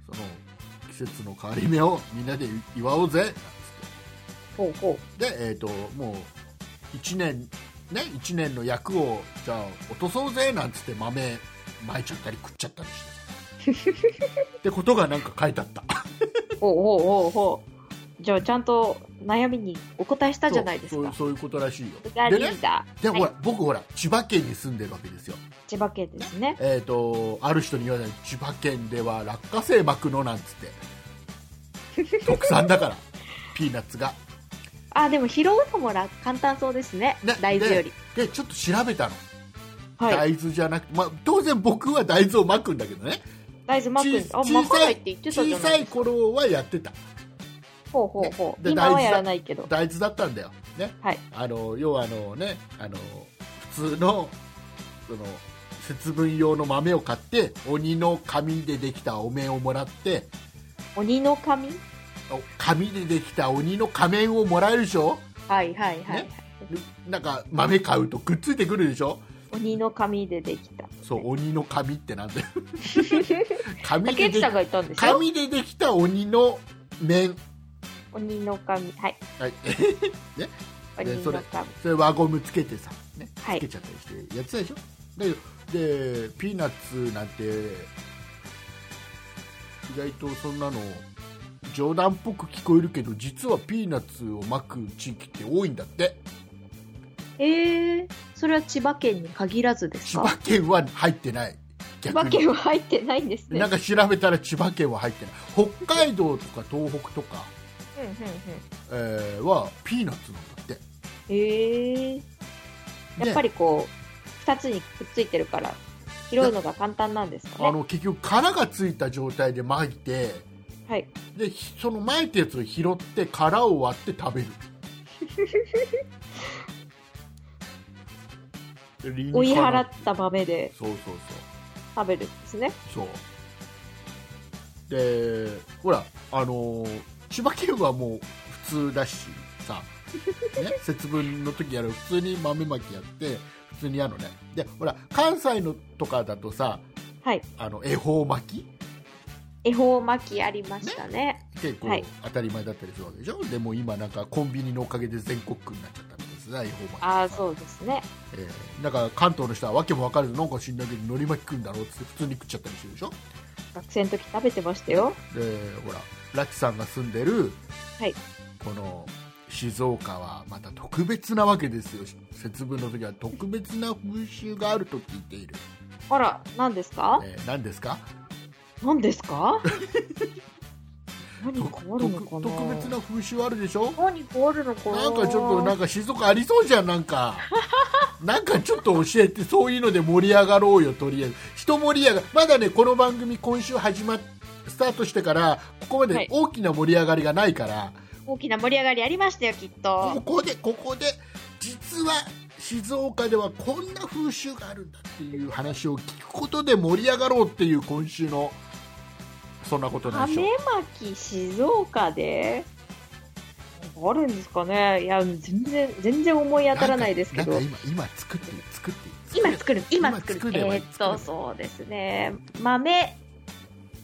S2: その季節の変わり目をみんなで祝おうぜなんつっ
S3: ほうほ
S2: てで、えー、ともう1年ね一年の役をじゃあ落とそうぜなんつって豆まいちゃったり食っちゃったり してさってことがなんか書いてあった
S3: うほうほうほうほじゃあちゃんと悩みにお答えしたじゃないです
S2: そう
S3: か。
S2: そういうことらしいよ
S3: それがリ
S2: でね
S3: ーダ
S2: で
S3: ー。
S2: もほ
S3: はい、
S2: ら僕ほら千葉県に住んでるわけですよ
S3: 千葉県ですね。
S2: えー、とある人に言われたように千葉県では落花生巻くのなんつ って特産だからピーナッツが
S3: あ、でも拾うのもら簡単そうですね。
S2: ね
S3: 大豆より。
S2: でちょっと調べたの、
S3: は
S2: 大
S3: い。
S2: 豆じゃなくて、まあ、当然僕は大豆を巻くんだけどね
S3: 大豆まくん、あ、
S2: 小
S3: まか
S2: さ
S3: な
S2: い
S3: いって言ってたじ
S2: 小
S3: ゃな
S2: さ
S3: い
S2: い頃はやってた
S3: ほうほうほう。
S2: で
S3: 今
S2: 大
S3: は
S2: 豆だ
S3: やらないけど。
S2: 大豆だったんだよ、ね
S3: はい。
S2: あの要はあの、ね、あの普通のその節分用の豆を買って鬼の紙でできたお面をもらって
S3: 鬼の髪
S2: お紙でできた鬼の仮面をもらえるでしょ
S3: はいはいはい。
S2: ねなんか豆買うとくっついてくるでしょ
S3: 鬼の髪で できた。
S2: そう鬼の紙ってなん だよ紙
S3: 竹
S2: で
S3: 内
S2: で
S3: さんがいたんでしょ
S2: 紙でできた鬼の面、
S3: 鬼の髪。はい。
S2: はい、
S3: 鬼
S2: それ
S3: の髪。
S2: それ輪ゴムつけてさ、ね、
S3: は
S2: つ
S3: い
S2: けちゃったりしてやってたでしょだけどでピーナッツなんて意外とそんなの冗談っぽく聞こえるけど実はピーナッツをまく地域って多いんだって
S3: えー、それは千葉県に限らずです
S2: 千
S3: か
S2: 葉県は入ってない
S3: 千
S2: 逆
S3: 葉
S2: に
S3: 県は入ってないんですね。
S2: なんか調べたら千葉県は入ってない北海道とか東北とか、
S3: うんうんうん。
S2: えーはピーナッツなんだって
S3: へえ
S2: で
S3: やっぱりこう、二つにくっついてるから、拾うのが簡単なんです
S2: あ
S3: かね。
S2: の結局殻がついた状態で巻いて
S3: はい。
S2: でひその巻いたやつを拾って殻を割って食べるリンゴ
S3: 追い払った豆で
S2: そうそう
S3: 食べるんですね。
S2: そうそうでほらあのー千葉県はもう普通だし さ、ね、節分の時やる普通に豆まきやって普通にやるのねでほら関西のとかだとさ
S3: はい。
S2: あの恵方巻き
S3: 恵方巻きありましたね。
S2: 結構
S3: はい
S2: 当たり前だったりするわけでしょ、でも今なんかコンビニのおかげで全国区になっちゃったみたいですね恵方巻き
S3: ああ、
S2: う、
S3: そうですね。
S2: えーだから関東の人はわけも分かるずなんか知んないけど海苔巻き食うんだろうっつって普通に食っちゃったりするでしょ
S3: 学生の時食べてましたよ。
S2: でほらラチさんが住んでる、
S3: はい
S2: この静岡はまた特別なわけですよ節分の時は特別な風習があると聞いている、
S3: あら、何ですか
S2: えー何ですか
S3: 何で すか何
S2: と
S3: かあるのか
S2: と
S3: な
S2: 特別な風習あるでしょ
S3: 何かあるのかな
S2: なんかちょっとなんか静岡ありそうじゃんなん かなんかちょっと教えてそういうので盛り上がろうよとりあえず人盛り上がまだねこの番組今週始まっスタートしてからここま
S3: は
S2: で
S3: い
S2: 大きな盛り上がりがないから、
S3: 大きな盛り上がりありましたよ、きっ。
S2: ことこでここで実は静岡ではこんな風習があるんだっていう話を聞くことで盛り上がろうっていう今週のそんなことなんで
S3: 豆
S2: しょう
S3: 巻き静岡であるんですかねいや全然全然思い当たらないですけど
S2: んかんか今今作って作って
S3: 今作る今作る
S2: 今作れば
S3: え
S2: いい
S3: ーっとそうですね豆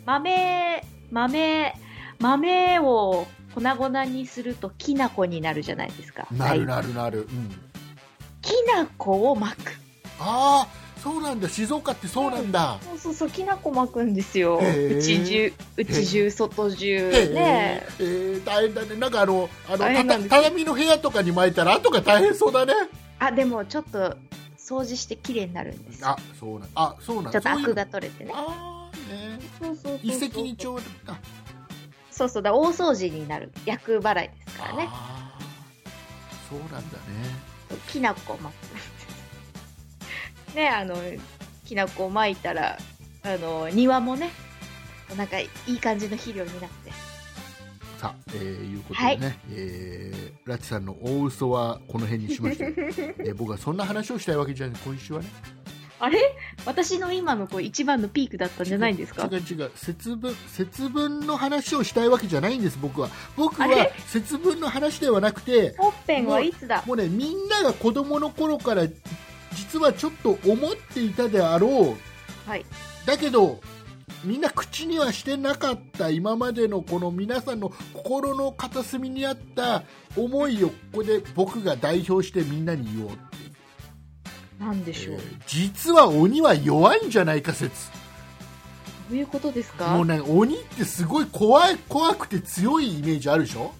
S3: 豆豆豆を粉々にするときな粉になるじゃないですか
S2: なる
S3: はい
S2: なるなる、うん
S3: きな粉を巻く
S2: ああそうなんだ静岡ってそうなんだ、
S3: そうそうそうきな粉巻くんですよ
S2: へー
S3: 内中内中外中
S2: へえ
S3: ね
S2: えー大変だねなんかあのあの
S3: 大変なん
S2: た
S3: ですよ
S2: 畳の部屋とかに巻いたら後が大変そうだね
S3: あでもちょっと掃除してきれいになるんですよ
S2: あそうなんあそうなん
S3: ちょっと
S2: そう
S3: ア
S2: いう
S3: ク
S2: の
S3: が取れてね
S2: ああね
S3: そうそうそう
S2: 一石二鳥だっ
S3: そうそうだ大掃除になる厄払いですからね
S2: あーそうなんだね
S3: きな粉巻くねあのきな粉を巻いたらあの庭もねなんかいい感じの肥料になって
S2: さあ、えー、いうことでね、えーラチさんの大嘘はこの辺にしま したよ、えー僕はそんな話をしたいわけじゃない今週はね
S3: あれ私の今のこう一番のピークだったんじゃないんですか
S2: 違う違う節分節分の話をしたいわけじゃないんです僕は僕
S3: あ
S2: は
S3: れ
S2: 節分の話ではなくて
S3: 本編はいつだ
S2: もうねみんなが子供の頃から実はちょっと思っていたであろう、
S3: はい
S2: だけどみんな口にはしてなかった今までのこの皆さんの心の片隅にあった思いをここで僕が代表してみんなに言おうっていう、
S3: なんでしょう、
S2: え
S3: ど
S2: ー実は鬼は弱いんじゃないか説
S3: ういうことですか
S2: もうね鬼ってすごい怖い怖くて強いイメージあるでしょ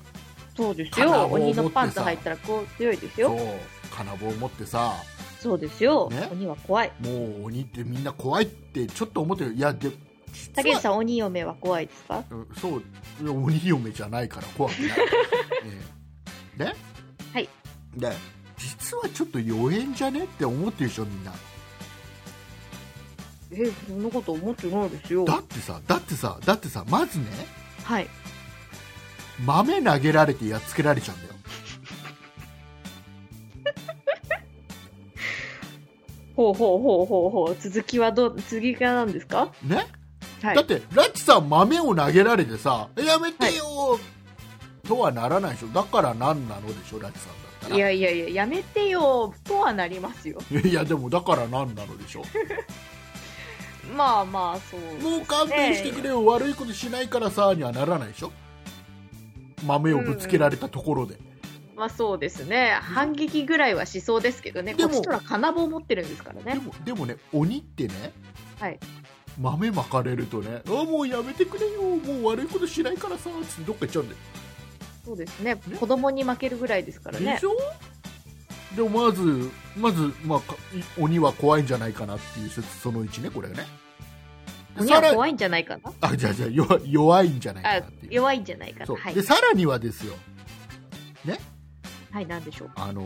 S3: そうです
S2: 金棒
S3: よ。
S2: を持って
S3: 鬼のパンツ
S2: さ
S3: 入ったらこう強いです
S2: そう
S3: よ。
S2: 金棒を持ってさ
S3: そうですよ、
S2: ね
S3: 鬼は怖い。
S2: もう鬼ってみんな怖いってちょっと思ってるいやで
S3: 竹内
S2: 実は
S3: さん、鬼嫁は怖いですか
S2: うんそういや鬼嫁じゃないから怖 くない、ええで、
S3: はい
S2: で実はちょっと妖艶じゃねって思ってるでしょみんな
S3: え、そんなこと思ってないですよ
S2: だってさだってさだってさまずね
S3: はい。
S2: 豆投げられてやっつけられちゃうんだよ
S3: ほうほうほうほうほう。続きはどう、次が何ですか
S2: ね、
S3: はい
S2: だっ。てラッチさん豆を投げられてさえやめてよ、とはならないでしょだから何なのでしょラッチさんだったら
S3: いやいやいや、やめてよ、とはなりますよ。
S2: いやでもだから何なので しょ
S3: まあまあ、そう。
S2: もう勘弁してくれよ、悪いことしないからさにはならないでしょ豆をぶつけられたところで、
S3: まあそうですね。反撃ぐらいはしそうですけどね。
S2: で
S3: こ
S2: も
S3: っちとら金棒持ってるんですからね。
S2: でもでもね鬼ってね、
S3: はい
S2: 豆まかれるとねあもうやめてくれよもう悪いことしないからさつってどっか行っちゃうんだよ
S3: そうですね。子供に負けるぐらいですから
S2: で
S3: ね
S2: し。ょでもまずまず、まあか、い鬼は怖いんじゃないかなっていう説その1ねこれがね
S3: 鬼は
S2: に
S3: 怖いんじゃないかな
S2: あじゃあじゃあ弱弱いんじゃないか
S3: あ
S2: なっていう
S3: 弱いんじゃないか
S2: そ
S3: な。
S2: う、
S3: はい
S2: で。さらにはですよ
S3: はい、なんでしょう。
S2: あの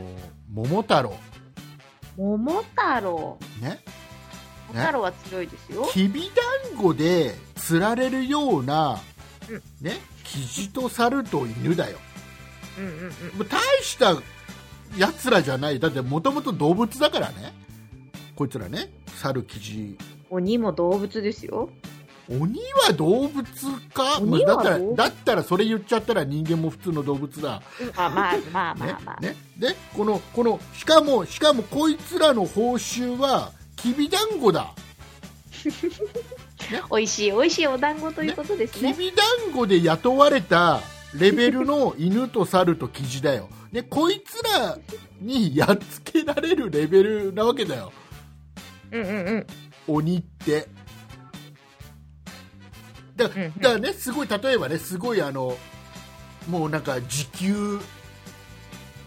S2: 桃太郎
S3: 桃太郎。
S2: ね
S3: 桃太郎は強いですよ。
S2: きびだんごで釣られるような、
S3: うん
S2: ねキジと猿と犬だよ
S3: うんうんうん。
S2: もう大したやつらじゃないだってもともと動物だからねこいつらね猿キジ
S3: 鬼も動物ですよ。
S2: 鬼は動物か、まあ
S3: 鬼
S2: だ
S3: は
S2: ったら
S3: 動物
S2: だったらそれ言っちゃったら人間も普通の動物だ、
S3: うんまあまあまあま
S2: ね
S3: あまあ。
S2: ね、でこのこのしかもしかもこいつらの報酬はきびだんごだ
S3: 美味しい美味しいお団子ということです
S2: き
S3: ね。
S2: びだんごで雇われたレベルの犬と猿とキジだよでこいつらにやっつけられるレベルなわけだよ
S3: うんうんうん。
S2: 鬼ってだだ
S3: んうん
S2: からねすごい例えばねすごいあのもうなんか時給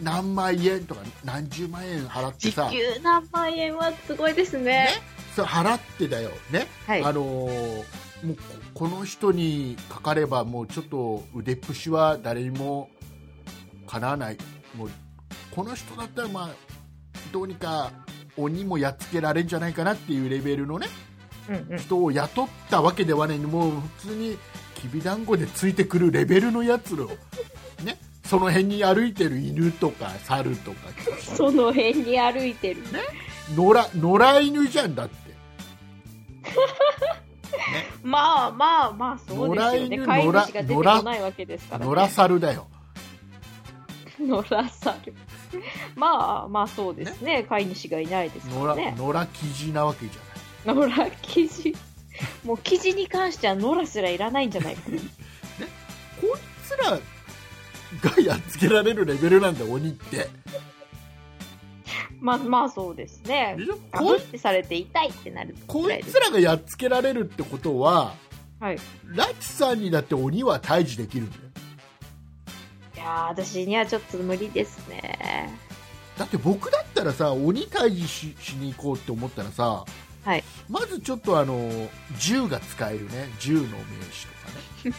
S2: 何万円とか何十万円払って
S3: 時
S2: さ、ね、
S3: 給何万円はすごいですね。
S2: そう払ってだよね
S3: はい。
S2: あのーもうここの人にかかればもうちょっと腕っぷしは誰にもかなわないもうこの人だったらまあどうにか鬼もやっつけられんじゃないかなっていうレベルのね
S3: うんうん。
S2: 人を雇ったわけではないもう普通にきびだんごでついてくるレベルのやつをねその辺に歩いてる犬とか猿とか
S3: その辺に歩いてる。
S2: 野良野良犬じゃんだって
S3: まあまあまあそうですよね。
S2: 野良犬
S3: 飼い主が出てこ
S2: 野良
S3: ないわけですから、ね。
S2: 野良猿だよ
S3: 野良猿。まあまあそうですね。飼い主がいないですか
S2: 野
S3: ら
S2: 良
S3: ね。
S2: 野良キジなわけじゃない
S3: 野良生地。もう生地に関しては野良すらいらないんじゃないかな。
S2: こいつらがやっつけられるレベルなんだ鬼って
S3: まあまあそうですね
S2: で。しょ
S3: かぶ
S2: こ
S3: っ
S2: い
S3: てされて痛いってなるぐ
S2: こ
S3: らい
S2: い
S3: です
S2: つ。らがやっつけられるってことは
S3: はい。
S2: ラチさんにだって鬼は退治できるんだよ
S3: いやー私にはちょっと無理ですね。
S2: だって僕だったらさ鬼退治ししに行こうって思ったらさ、
S3: はい
S2: まずちょっとあの銃が使えるね銃の名刺とか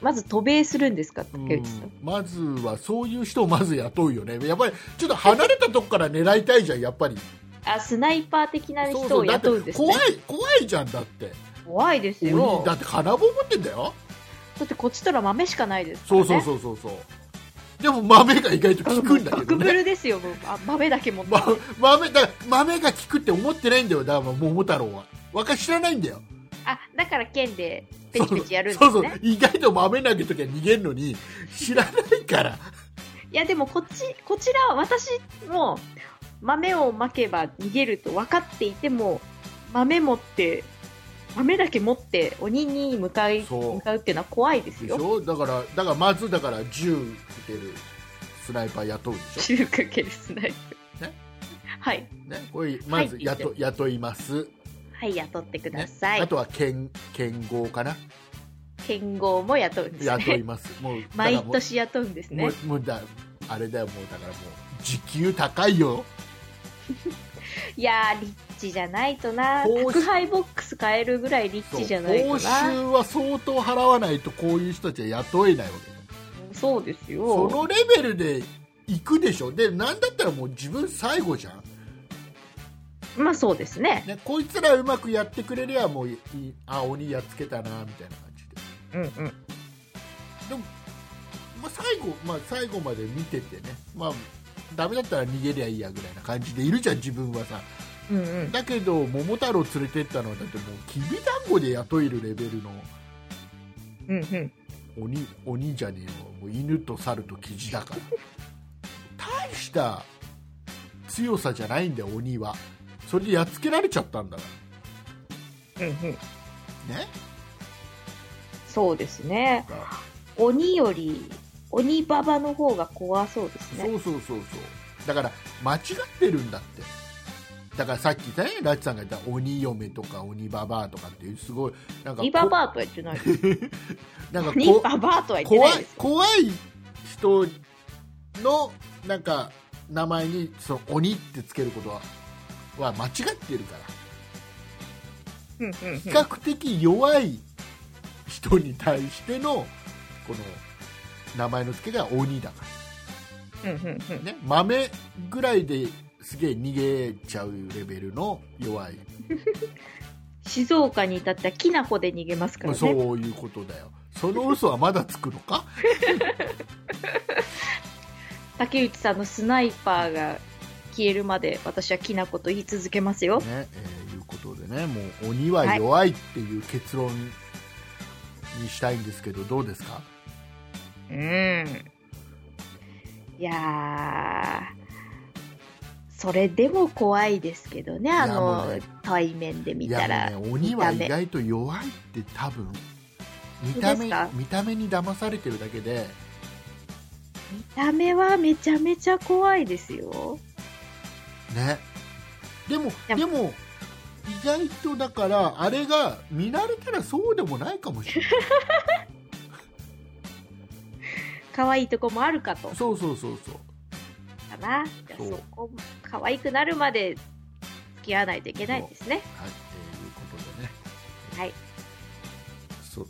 S3: まず渡米するんですか、
S2: ね
S3: 竹内さん。
S2: うんまずはそういう人をまず雇うよねやっぱりちょっと離れたとこから狙いたいじゃんやっぱり
S3: あ、スナイパー的な
S2: そう
S3: 人
S2: そ
S3: を
S2: うだって
S3: 雇うんですね。
S2: 怖い怖いじゃんだって
S3: 怖いですよ
S2: 鬼。だって金棒持ってんだよ
S3: だってこっちとら豆しかないですから、
S2: そ
S3: ね。
S2: うそうそうそうそう、でも豆が意外と効くんだけど
S3: ガクブ
S2: ね
S3: ルですよ、もう。あ、豆だけ持って。
S2: ま豆だ豆が効くって思ってないんだよだから桃太郎は若知らないんだよ
S3: あ、だから剣でペチペチやるんです
S2: そうそうそ
S3: ね。
S2: うそう意外と豆投げときは逃げるのに知らない から
S3: いや、でもこっち、こちらは私も豆をまけば逃げると分かっていても、豆持って、豆だけ持って鬼に向かい、
S2: そう
S3: 向かうっていうのは怖いです
S2: でし
S3: よ。
S2: ょだからだからまずだから銃撃てるスナイパー雇うでし
S3: 中華系ですね。
S2: ね
S3: はい。
S2: ょ、ね、これまず
S3: はい
S2: 雇,、雇います、
S3: はい、雇ってくだ
S2: ね
S3: さい。
S2: あとは剣剣豪かな
S3: 剣豪も雇うんです
S2: 雇い
S3: ね。
S2: ますもうだから
S3: 毎
S2: もう
S3: 年雇うんです
S2: も
S3: ね。
S2: うもうだあれだよもうだからもう時給高いよ
S3: いやー、リッチじゃないとな。
S2: 報酬
S3: 宅配ボックス買えるぐらいリッ
S2: そう
S3: チじゃない
S2: 報
S3: とな。
S2: 酬は相当払わないとこういう人たちは雇えないわけ
S3: そうです
S2: そ
S3: よ。
S2: のレベルで行くでしょでなんだったらもう自分最後じゃん、
S3: まあそうですね。
S2: ね、こいつらうまくやってくれりゃもういいあ鬼やっつけたなみたいな感じで、
S3: うんうん。
S2: まあ、最後まあ最後まで見ててねまあダメだったら逃げりゃいいやぐらいな感じでいるじゃん自分はさ
S3: うんうん。
S2: だけど桃太郎連れてったのはだってもうきびだんごで雇えるレベルの
S3: うんうん。
S2: 鬼鬼じゃねえよもう犬と猿とキジだから大した強さじゃないんだよ鬼はそれでやっつけられちゃったんだか
S3: うんうん。
S2: らね
S3: そうですね。
S2: だか
S3: 鬼より、鬼ババの方が怖そうです
S2: ら
S3: ね。
S2: そうそうそうそうだから間違ってるんだってだからさっきねラチさんが言った鬼嫁とか鬼ババアとかっていうすごいなんか
S3: 鬼ババアとは言ってないです。
S2: なんかこ
S3: 鬼ババアとは言って
S2: 怖
S3: な
S2: い
S3: いです。
S2: 怖い人のなんか名前にその鬼ってつけることはは間違ってるから
S3: うんうんうん
S2: 比較的弱い人に対してのこの名前の付けが鬼だか
S3: うんうんうん
S2: らね豆ぐらいですげえ逃げちゃうレベルの弱い、
S3: 静岡に至ったらきなこで逃げますからね。
S2: そういうことだよその嘘はまだつくの か
S3: 竹内さんのスナイパーが消えるまで私はきなこと言い続けますよ。
S2: ね、えーいうことでねもう鬼は弱いっていう結論にしたいんですけどどうですか
S3: うん。いやー。それでも怖いですけどね、あ
S2: いやもう
S3: の
S2: ね、
S3: 対面で見
S2: い
S3: た
S2: や
S3: ら。
S2: もうね鬼は意外と弱いって多分見た目
S3: 本当ですか
S2: 見た目に騙されてるだけで
S3: 見た目はめちゃめちゃ怖いですよ。
S2: ねでも
S3: でも
S2: でも意外とだからあれが見慣れたらそうでもないかもし れない
S3: 可愛いとこもあるかと。か
S2: そうそうそうそう
S3: な。じゃあ
S2: そう
S3: そこ、可愛くなるまで付き合わないといけないですね。
S2: はい、えーいうことでね
S3: はい。
S2: そう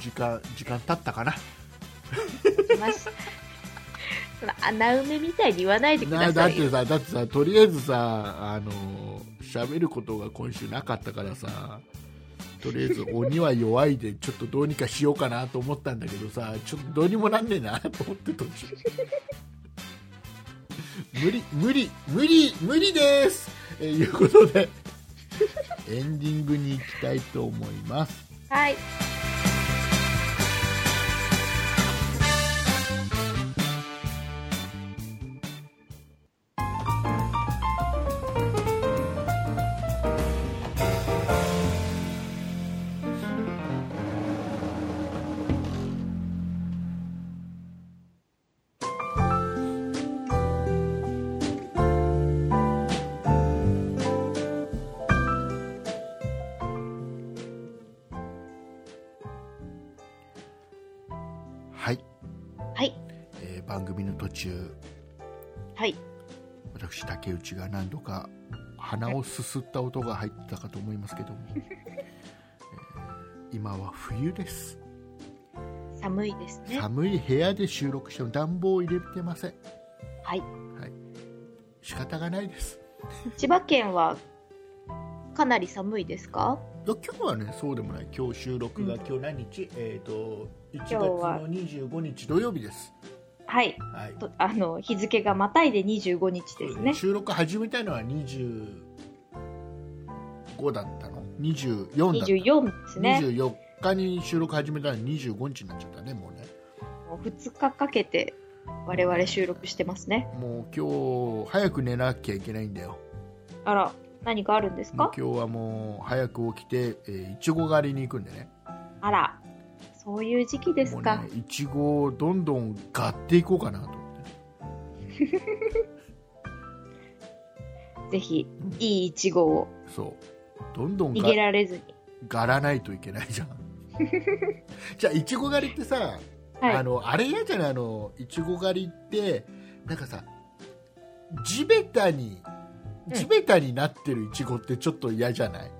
S2: 時間時間経ったかな
S3: 行きました。 その穴埋めみたいに言わないでく
S2: な
S3: だ
S2: だ
S3: さ
S2: っ
S3: いよ
S2: て。さだってさとりあえずさあの喋ることが今週なかったからさとりあえず鬼は弱いでちょっとどうにかしようかなと思ったんだけどさちょっとどうにもなんねえなと思って途中無理無理無理無理ですえーいうことでエンディングに行きたいと思います
S3: はい。
S2: はい、
S3: はい。
S2: えー番組の途中
S3: はい。
S2: 私竹内が何度か鼻をすすった音が入ってたかと思いますけ ども、えー今は冬です
S3: 寒いですね。
S2: 寒い部屋で収録しても暖房を入れてません
S3: はい。
S2: 仕方がないです
S3: 千葉県はかなり寒いですか
S2: 今日はねそうでもない今日収録が、今日何日えっ、と1月
S3: 日は
S2: の25日土曜日です
S3: はい。
S2: はい
S3: とあの、日付がまたいで25日ですね。
S2: 収録始めたのは25だったの24だったの
S3: 24ですね。
S2: 24日に収録始めたのは25日になっちゃったねもうね
S3: もう2日かけて我々収録してますね。
S2: もう今日早く寝なきゃいけないんだよ
S3: あら、何かあるんです
S2: もう
S3: か
S2: 今日はもう早く起きてえーいちご狩りに行くんでね
S3: あら、そういう時期ですか
S2: も。うねいちごをどんどん買っていこうかなと思って
S3: ぜひ、いいイチゴを
S2: そうどんどん
S3: 逃
S2: が
S3: げられずに。
S2: 狩らないといけないじゃんじゃあいちご狩りってさ、
S3: はい。
S2: あのあれ嫌じゃないあのいちご狩りってなんかさ地べたに
S3: うん
S2: 地べたになってるいちごってちょっと嫌じゃない、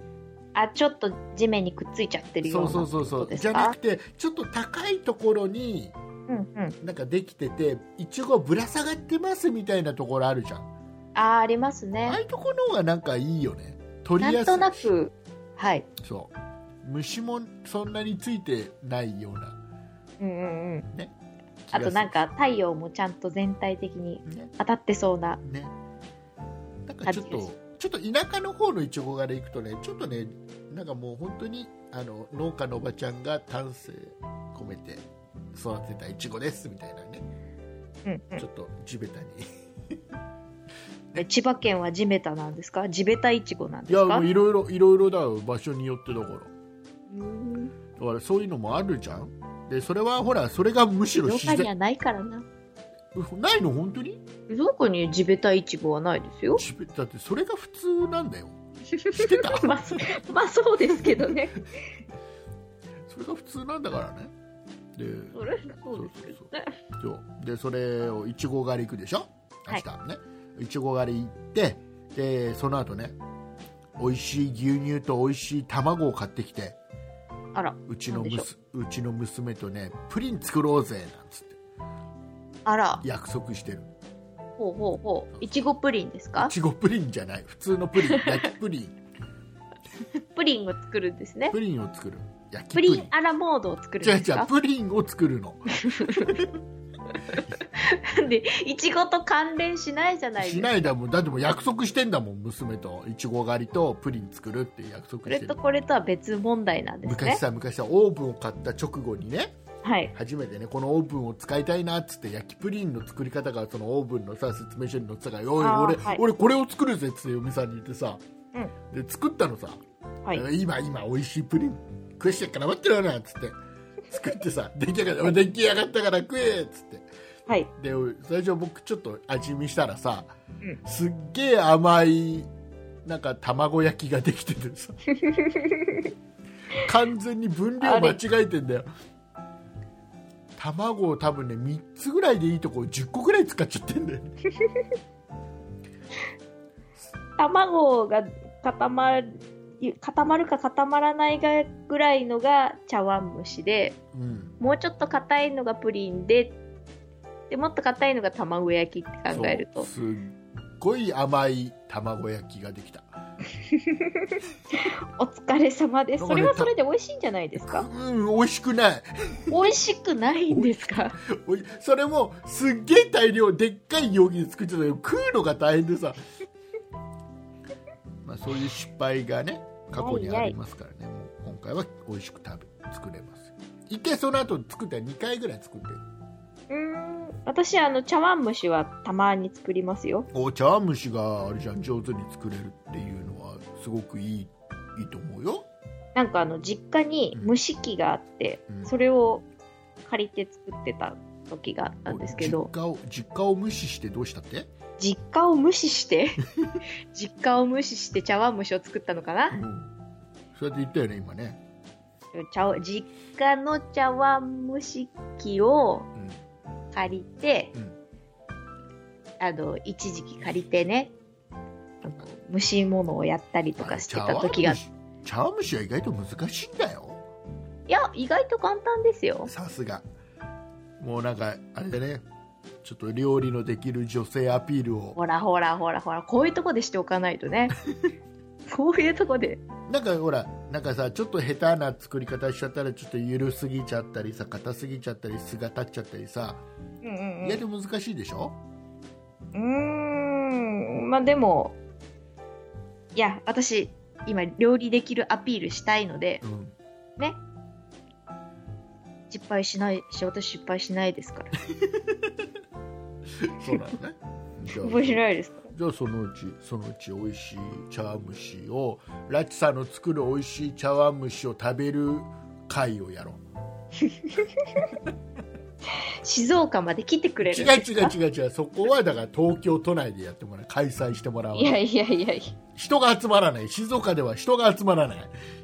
S3: あ、ちょっと地面にくっついちゃってるよう
S2: そう
S3: な
S2: そうそう
S3: こ
S2: そ
S3: と
S2: う
S3: です
S2: じゃ
S3: か
S2: なくてちょっと高いところに
S3: うんうん。
S2: なんかできてていちごぶら下がってますみたいなところあるじゃん
S3: あー、あります
S2: ああ
S3: ね。
S2: いうところの方がなんかいいよね取
S3: な
S2: りや
S3: ん
S2: すい
S3: となく、はい。
S2: そう虫もそんなについてないような
S3: うんうんうん。
S2: 気が
S3: あ
S2: する
S3: となんか太陽もちゃんと全体的に
S2: ね
S3: 当たってそうな。
S2: ねなんかちょっ
S3: 感じ
S2: とちょっと田舎の方のいちご狩り行くとねちょっとねなんかもう本当にあの農家のおばちゃんが丹精込めて育てたいちごですみたいなね
S3: うんうん
S2: ちょっと地べたに
S3: え千葉県は地べたなんですか地べたいちごなん
S2: い
S3: です
S2: やも
S3: か
S2: ういろいろいろいろだよ場所によってだから
S3: うん
S2: だからそういうのもあるじゃんでそれはほらそれがむしろ
S3: 農
S2: 自
S3: 家に
S2: 然
S3: はないからな。
S2: ないの本当に
S3: 農家に地べたいちごはないですよ。
S2: 地べだってそれが普通なんだよしてた
S3: まあ、そまあそうですけどね。
S2: それが普通なんだからねで
S3: それ
S2: そ
S3: そ
S2: そうそ
S3: うう
S2: う
S3: ですね。
S2: そうでそれをいちご狩り行くでしょ明
S3: はい
S2: 日ね、い、ちご狩り行ってでその後ね美味しい牛乳と美味しい卵を買ってきて
S3: あら、
S2: うちの
S3: なんでし
S2: む
S3: ょ
S2: すうちの娘とねプリン作ろうぜなんつって
S3: あら、
S2: 約束してる
S3: ほうほうほう。いちごプリンですか
S2: いちごプリンじゃない普通のプリン焼きプリン
S3: プリンを作るんですね。
S2: プリンを作る焼きプ
S3: プ
S2: リン
S3: リンアラモードを作る
S2: じゃ
S3: ん
S2: あ
S3: です
S2: じゃあ
S3: か
S2: プリンを作るの
S3: で、いちごと関連しないじゃないです
S2: し
S3: か。
S2: ないだもんだってもう約束してんだもん娘といちご狩りとプリン作るって約束
S3: こ
S2: し
S3: れ
S2: て
S3: と
S2: る
S3: これとは別問題なんです
S2: 昔
S3: ね。
S2: さ昔さオーブンを買った直後にね
S3: はい。
S2: 初めてねこのオーブンを使いたいなっつって焼きプリンの作り方がそのオーブンのさ説明書に載ってたから「おい
S3: あー
S2: 俺,、
S3: はい
S2: 俺これを作るぜ」っつって嫁さんに言ってさ、で作ったのさ、
S3: はい。
S2: 今今美味しいプリン食えしてっから待ってろよなっつって作ってさ出来上がった俺出来上がったから食えっつって
S3: はい。
S2: で最初僕ちょっと味見したらさ、
S3: うん
S2: すっげえ甘いなんか卵焼きができてて さ完全に分量間違えてんだよ卵を多分ね3つぐらいでいいとこ10個ぐらい使っちゃってんだよね
S3: 卵が固まる、固まるか固まらないがぐらいのが茶碗蒸しで、
S2: うん
S3: もうちょっと硬いのがプリンで、でもっと硬いのが卵焼きって考える
S2: そう
S3: と。
S2: すっごい甘い卵焼きができた
S3: お疲れ様です。
S2: だか
S3: そ
S2: らね
S3: れはそれで美味しいんじゃないで すか
S2: うん美味しくない
S3: 美味しくないんです か
S2: おいそれもすっげえ大量でっかい容器で作ってたけど食うのが大変で さまあそういう失敗がね過去にありますからねもう今回は美味しく食べ作れます一回その後作ったら2回ぐらい作ってる
S3: うーん。私、あの、茶碗蒸しはたまに作りますよ。
S2: お茶碗蒸しがあれじゃん上手に作れるっていうのはすごくいいいいと思うよ
S3: なんかあの実家に蒸し器があって、
S2: うん
S3: それを借りて作ってた時があったんですけど
S2: 実家を実家を無視してどうしたって、
S3: 実家を無視して 実家を無視して茶碗蒸しを作ったのか
S2: う、
S3: なん
S2: そうやって言ったよね今ね、
S3: 茶碗実家の茶碗蒸し器を
S2: うん、
S3: 借りて、
S2: うん
S3: あの一時期借りてねあの蒸し物をやったりとかしてた時が
S2: あれ茶碗蒸し茶碗蒸しは意外と難しいんだよ
S3: いや意外と簡単ですよ
S2: さすがもうなんかあれだねちょっと料理のできる女性アピールを
S3: ほらほらほらほらこういうとこでしておかないと ねこういうとこで
S2: なんかほらなんかさちょっと下手な作り方しちゃったらちょっと緩すぎちゃったりさ硬すぎちゃったりすが立っちゃったりさ
S3: うんうんうん
S2: 意外と難しいでしょ、
S3: うーん、まあでも、いや、私、今、料理できるアピールしたいので、
S2: うん、
S3: 失敗しないし、私失敗しないですから。
S2: そうなの ねじゃあ
S3: 失敗しないですから。
S2: じゃあそのうちそのうち美味しい茶碗蒸しをラッチさんの作る美味しい茶碗蒸しを食べる会をやろう
S3: 静岡まで来てくれ
S2: 違
S3: る
S2: うん
S3: です
S2: 違
S3: か
S2: う違う違うそこはだから東京都内でやってもらう開催してもらう
S3: いやいやいやいや、
S2: 人が集まらない静岡では人が集まらない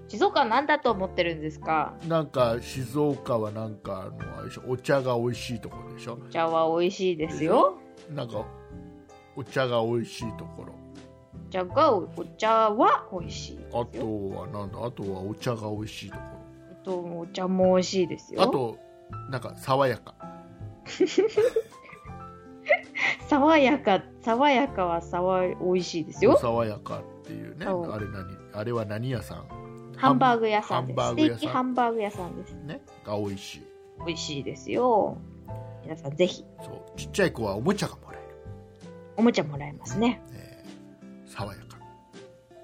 S3: 静岡なんだと思ってるんですか
S2: なんか静岡はなんかあのあれでしょお茶が美味しいところでしょ
S3: お茶は美味しいですよ
S2: なんかお茶が美味しいところ
S3: お茶がお茶は美味しいですよ
S2: あとはなんだあとはお茶が美味しいとこ
S3: あとお茶も美味しいですよ
S2: ろあとなんか爽やか
S3: 爽やか爽やかは爽い美味しいですよ
S2: 爽やかっていうね
S3: そう
S2: あれ何あれは何屋さん
S3: ハンバーグ屋さんで
S2: ハ
S3: す
S2: ンバ
S3: ステ
S2: ーグ屋さん
S3: ーキハンバーグ屋さんです
S2: ねが美味しい
S3: 美味しいですよ皆さんぜひ
S2: そうちっちゃい子はおもちゃがもらえ
S3: おもちゃもらえますね
S2: る、ね爽やか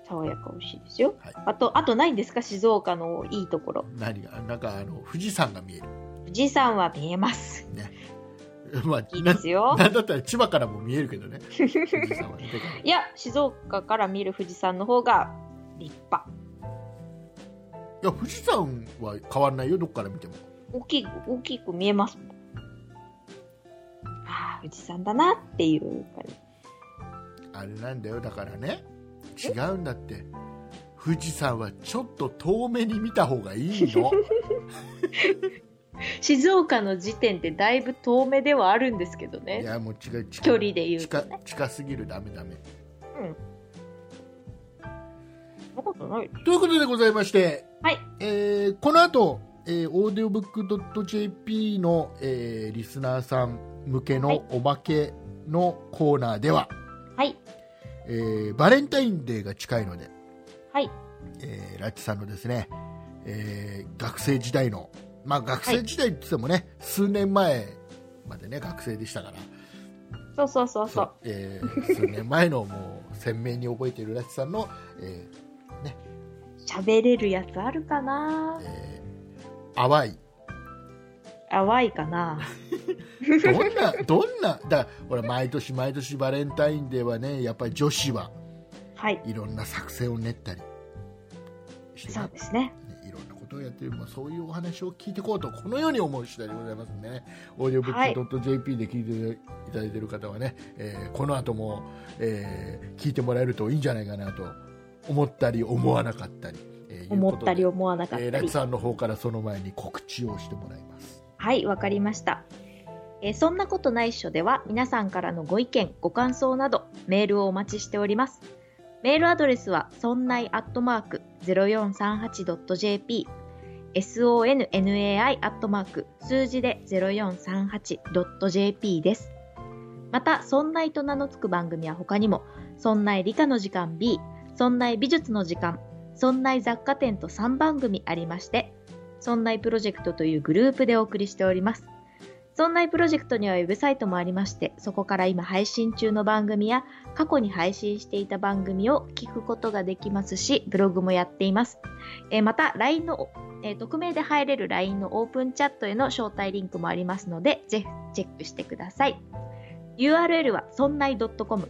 S3: 爽やか美味しいですよ、
S2: はい
S3: あとあとないんですか静岡のいいところ
S2: 何がなんかあの富士山が見え
S3: 富士山は見えます
S2: るまあ
S3: いい
S2: な
S3: ですよ
S2: なんだったら千葉からも見えるけどね富士山はねてか
S3: いや静岡から見る富士山の方が立派
S2: いや富士山は変わんないよどっから見ても
S3: 大きい大きく見えますもんああ富士山だなっていう感じ
S2: あれなんだよだからね違うんだって富士山はちょっと遠目に見た方がいい の
S3: 静岡の時点でだいぶ遠目ではあるんですけど
S2: い
S3: ね
S2: やもう違う近
S3: 距離で言うと
S2: 近
S3: ね
S2: 近すぎるダメダメ
S3: そんなことない
S2: ということでございまして、
S3: はい
S2: えーこの後、えー、オーディオブックドット JP の、えーリスナーさん向け
S3: は
S2: の
S3: い
S2: おまけのコーナーでは、
S3: はい
S2: えーバレンタインデーが近いので、
S3: はい
S2: えーラッチさんのですね、えー学生時代の、まあ、学生時代って言ってもね、数年前までね学生でしたから
S3: そうそうそうそう
S2: えー数年前のもう鮮明に覚えているラッチさんの、え
S3: 喋れるやつあるかな
S2: ーえー淡い
S3: 淡いかな
S2: どん などんなだから俺毎年毎年バレンタインデーはねやっぱり女子は
S3: はい
S2: いろんな作戦を練ったりして
S3: そ
S2: ね
S3: うですね
S2: いろんなことをやってる、まあ、そういうお話を聞いていこうとこのように思う次第でございますんでねオーディオブック .jp で聞いていただいている方はね、えーこの後も、えー聞いてもらえるといいんじゃないかなと思ったり思わなかったり、えー
S3: 思ったり
S2: いうこ
S3: 思わなか
S2: と
S3: っ
S2: でえー
S3: た
S2: ラク
S3: り
S2: さんの方からその前に告知をしてもらいます
S3: はい、わかりました。えーそんなことないっしょでは、皆さんからのご意見、ご感想など、メールをお待ちしております。メールアドレスは、そんないアットマーク 0438.jp、sonnai アットマーク数字で 0438.jp です。また、そんないと名の付く番組は他にも、そんない理科の時間 B、そんない美術の時間、そんない雑貨店と3番組ありまして、そんないプロジェクトというグループでお送りしております。そんないプロジェクトにはウェブサイトもありまして、そこから今配信中の番組や過去に配信していた番組を聞くことができますし、ブログもやっています。えーまた、LINE の、えー匿名で入れる LINE のオープンチャットへの招待リンクもありますので、ぜひチェックしてください。URL はそんない .com、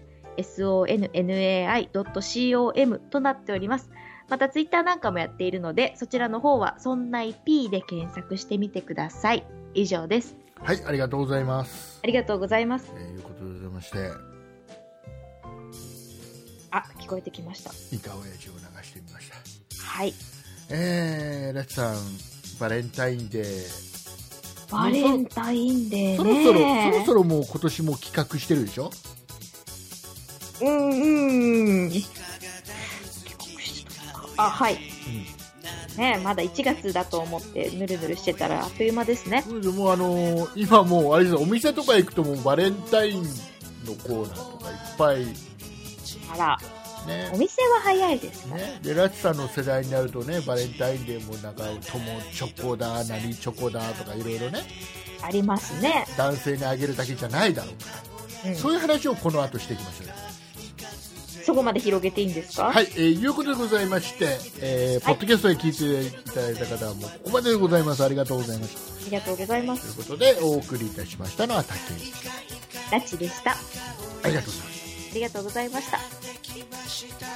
S3: sonnai.com となっております。またツイッターなんかもやっているのでそちらの方は「そんない P」で検索してみてください以上です
S2: はいありがとうございます
S3: ありがとうございます
S2: えーいうことでございまして
S3: あ聞こえてきました
S2: イカオヤジを流してみました
S3: はい
S2: えー、ラチさんバレンタインデー
S3: バレンタインデー
S2: そろそろ、
S3: ね
S2: そろそろもう今年も企画してるでしょ
S3: うんうんうんあはいねまだ1月だと思ってぬるぬるしてたらあっという間ですね
S2: そうですもうあのー今もうあれですよお店とか行くともうバレンタインのコーナーとかいっぱい
S3: あらお
S2: ね
S3: 店は早いですね
S2: ねでラチさんの世代になるとねバレンタインデーもなんか友チョコだ何チョコだとかいろいろね
S3: ありますね、
S2: 男性にあげるだけじゃないだろうから
S3: うん、
S2: そういう話をこの後していきましょう
S3: そこまで広げていいんですか、
S2: はい、えーいうことでございまして、えーポッドキャストで聞いていただいた方はもうここまででございます。ありがとうございました。
S3: ありがとうございま
S2: と
S3: す
S2: いうことで、お送りいたしましたのは竹内。
S3: ラッチでしたあ
S2: ありがとうございました。
S3: りがとうございました
S1: 「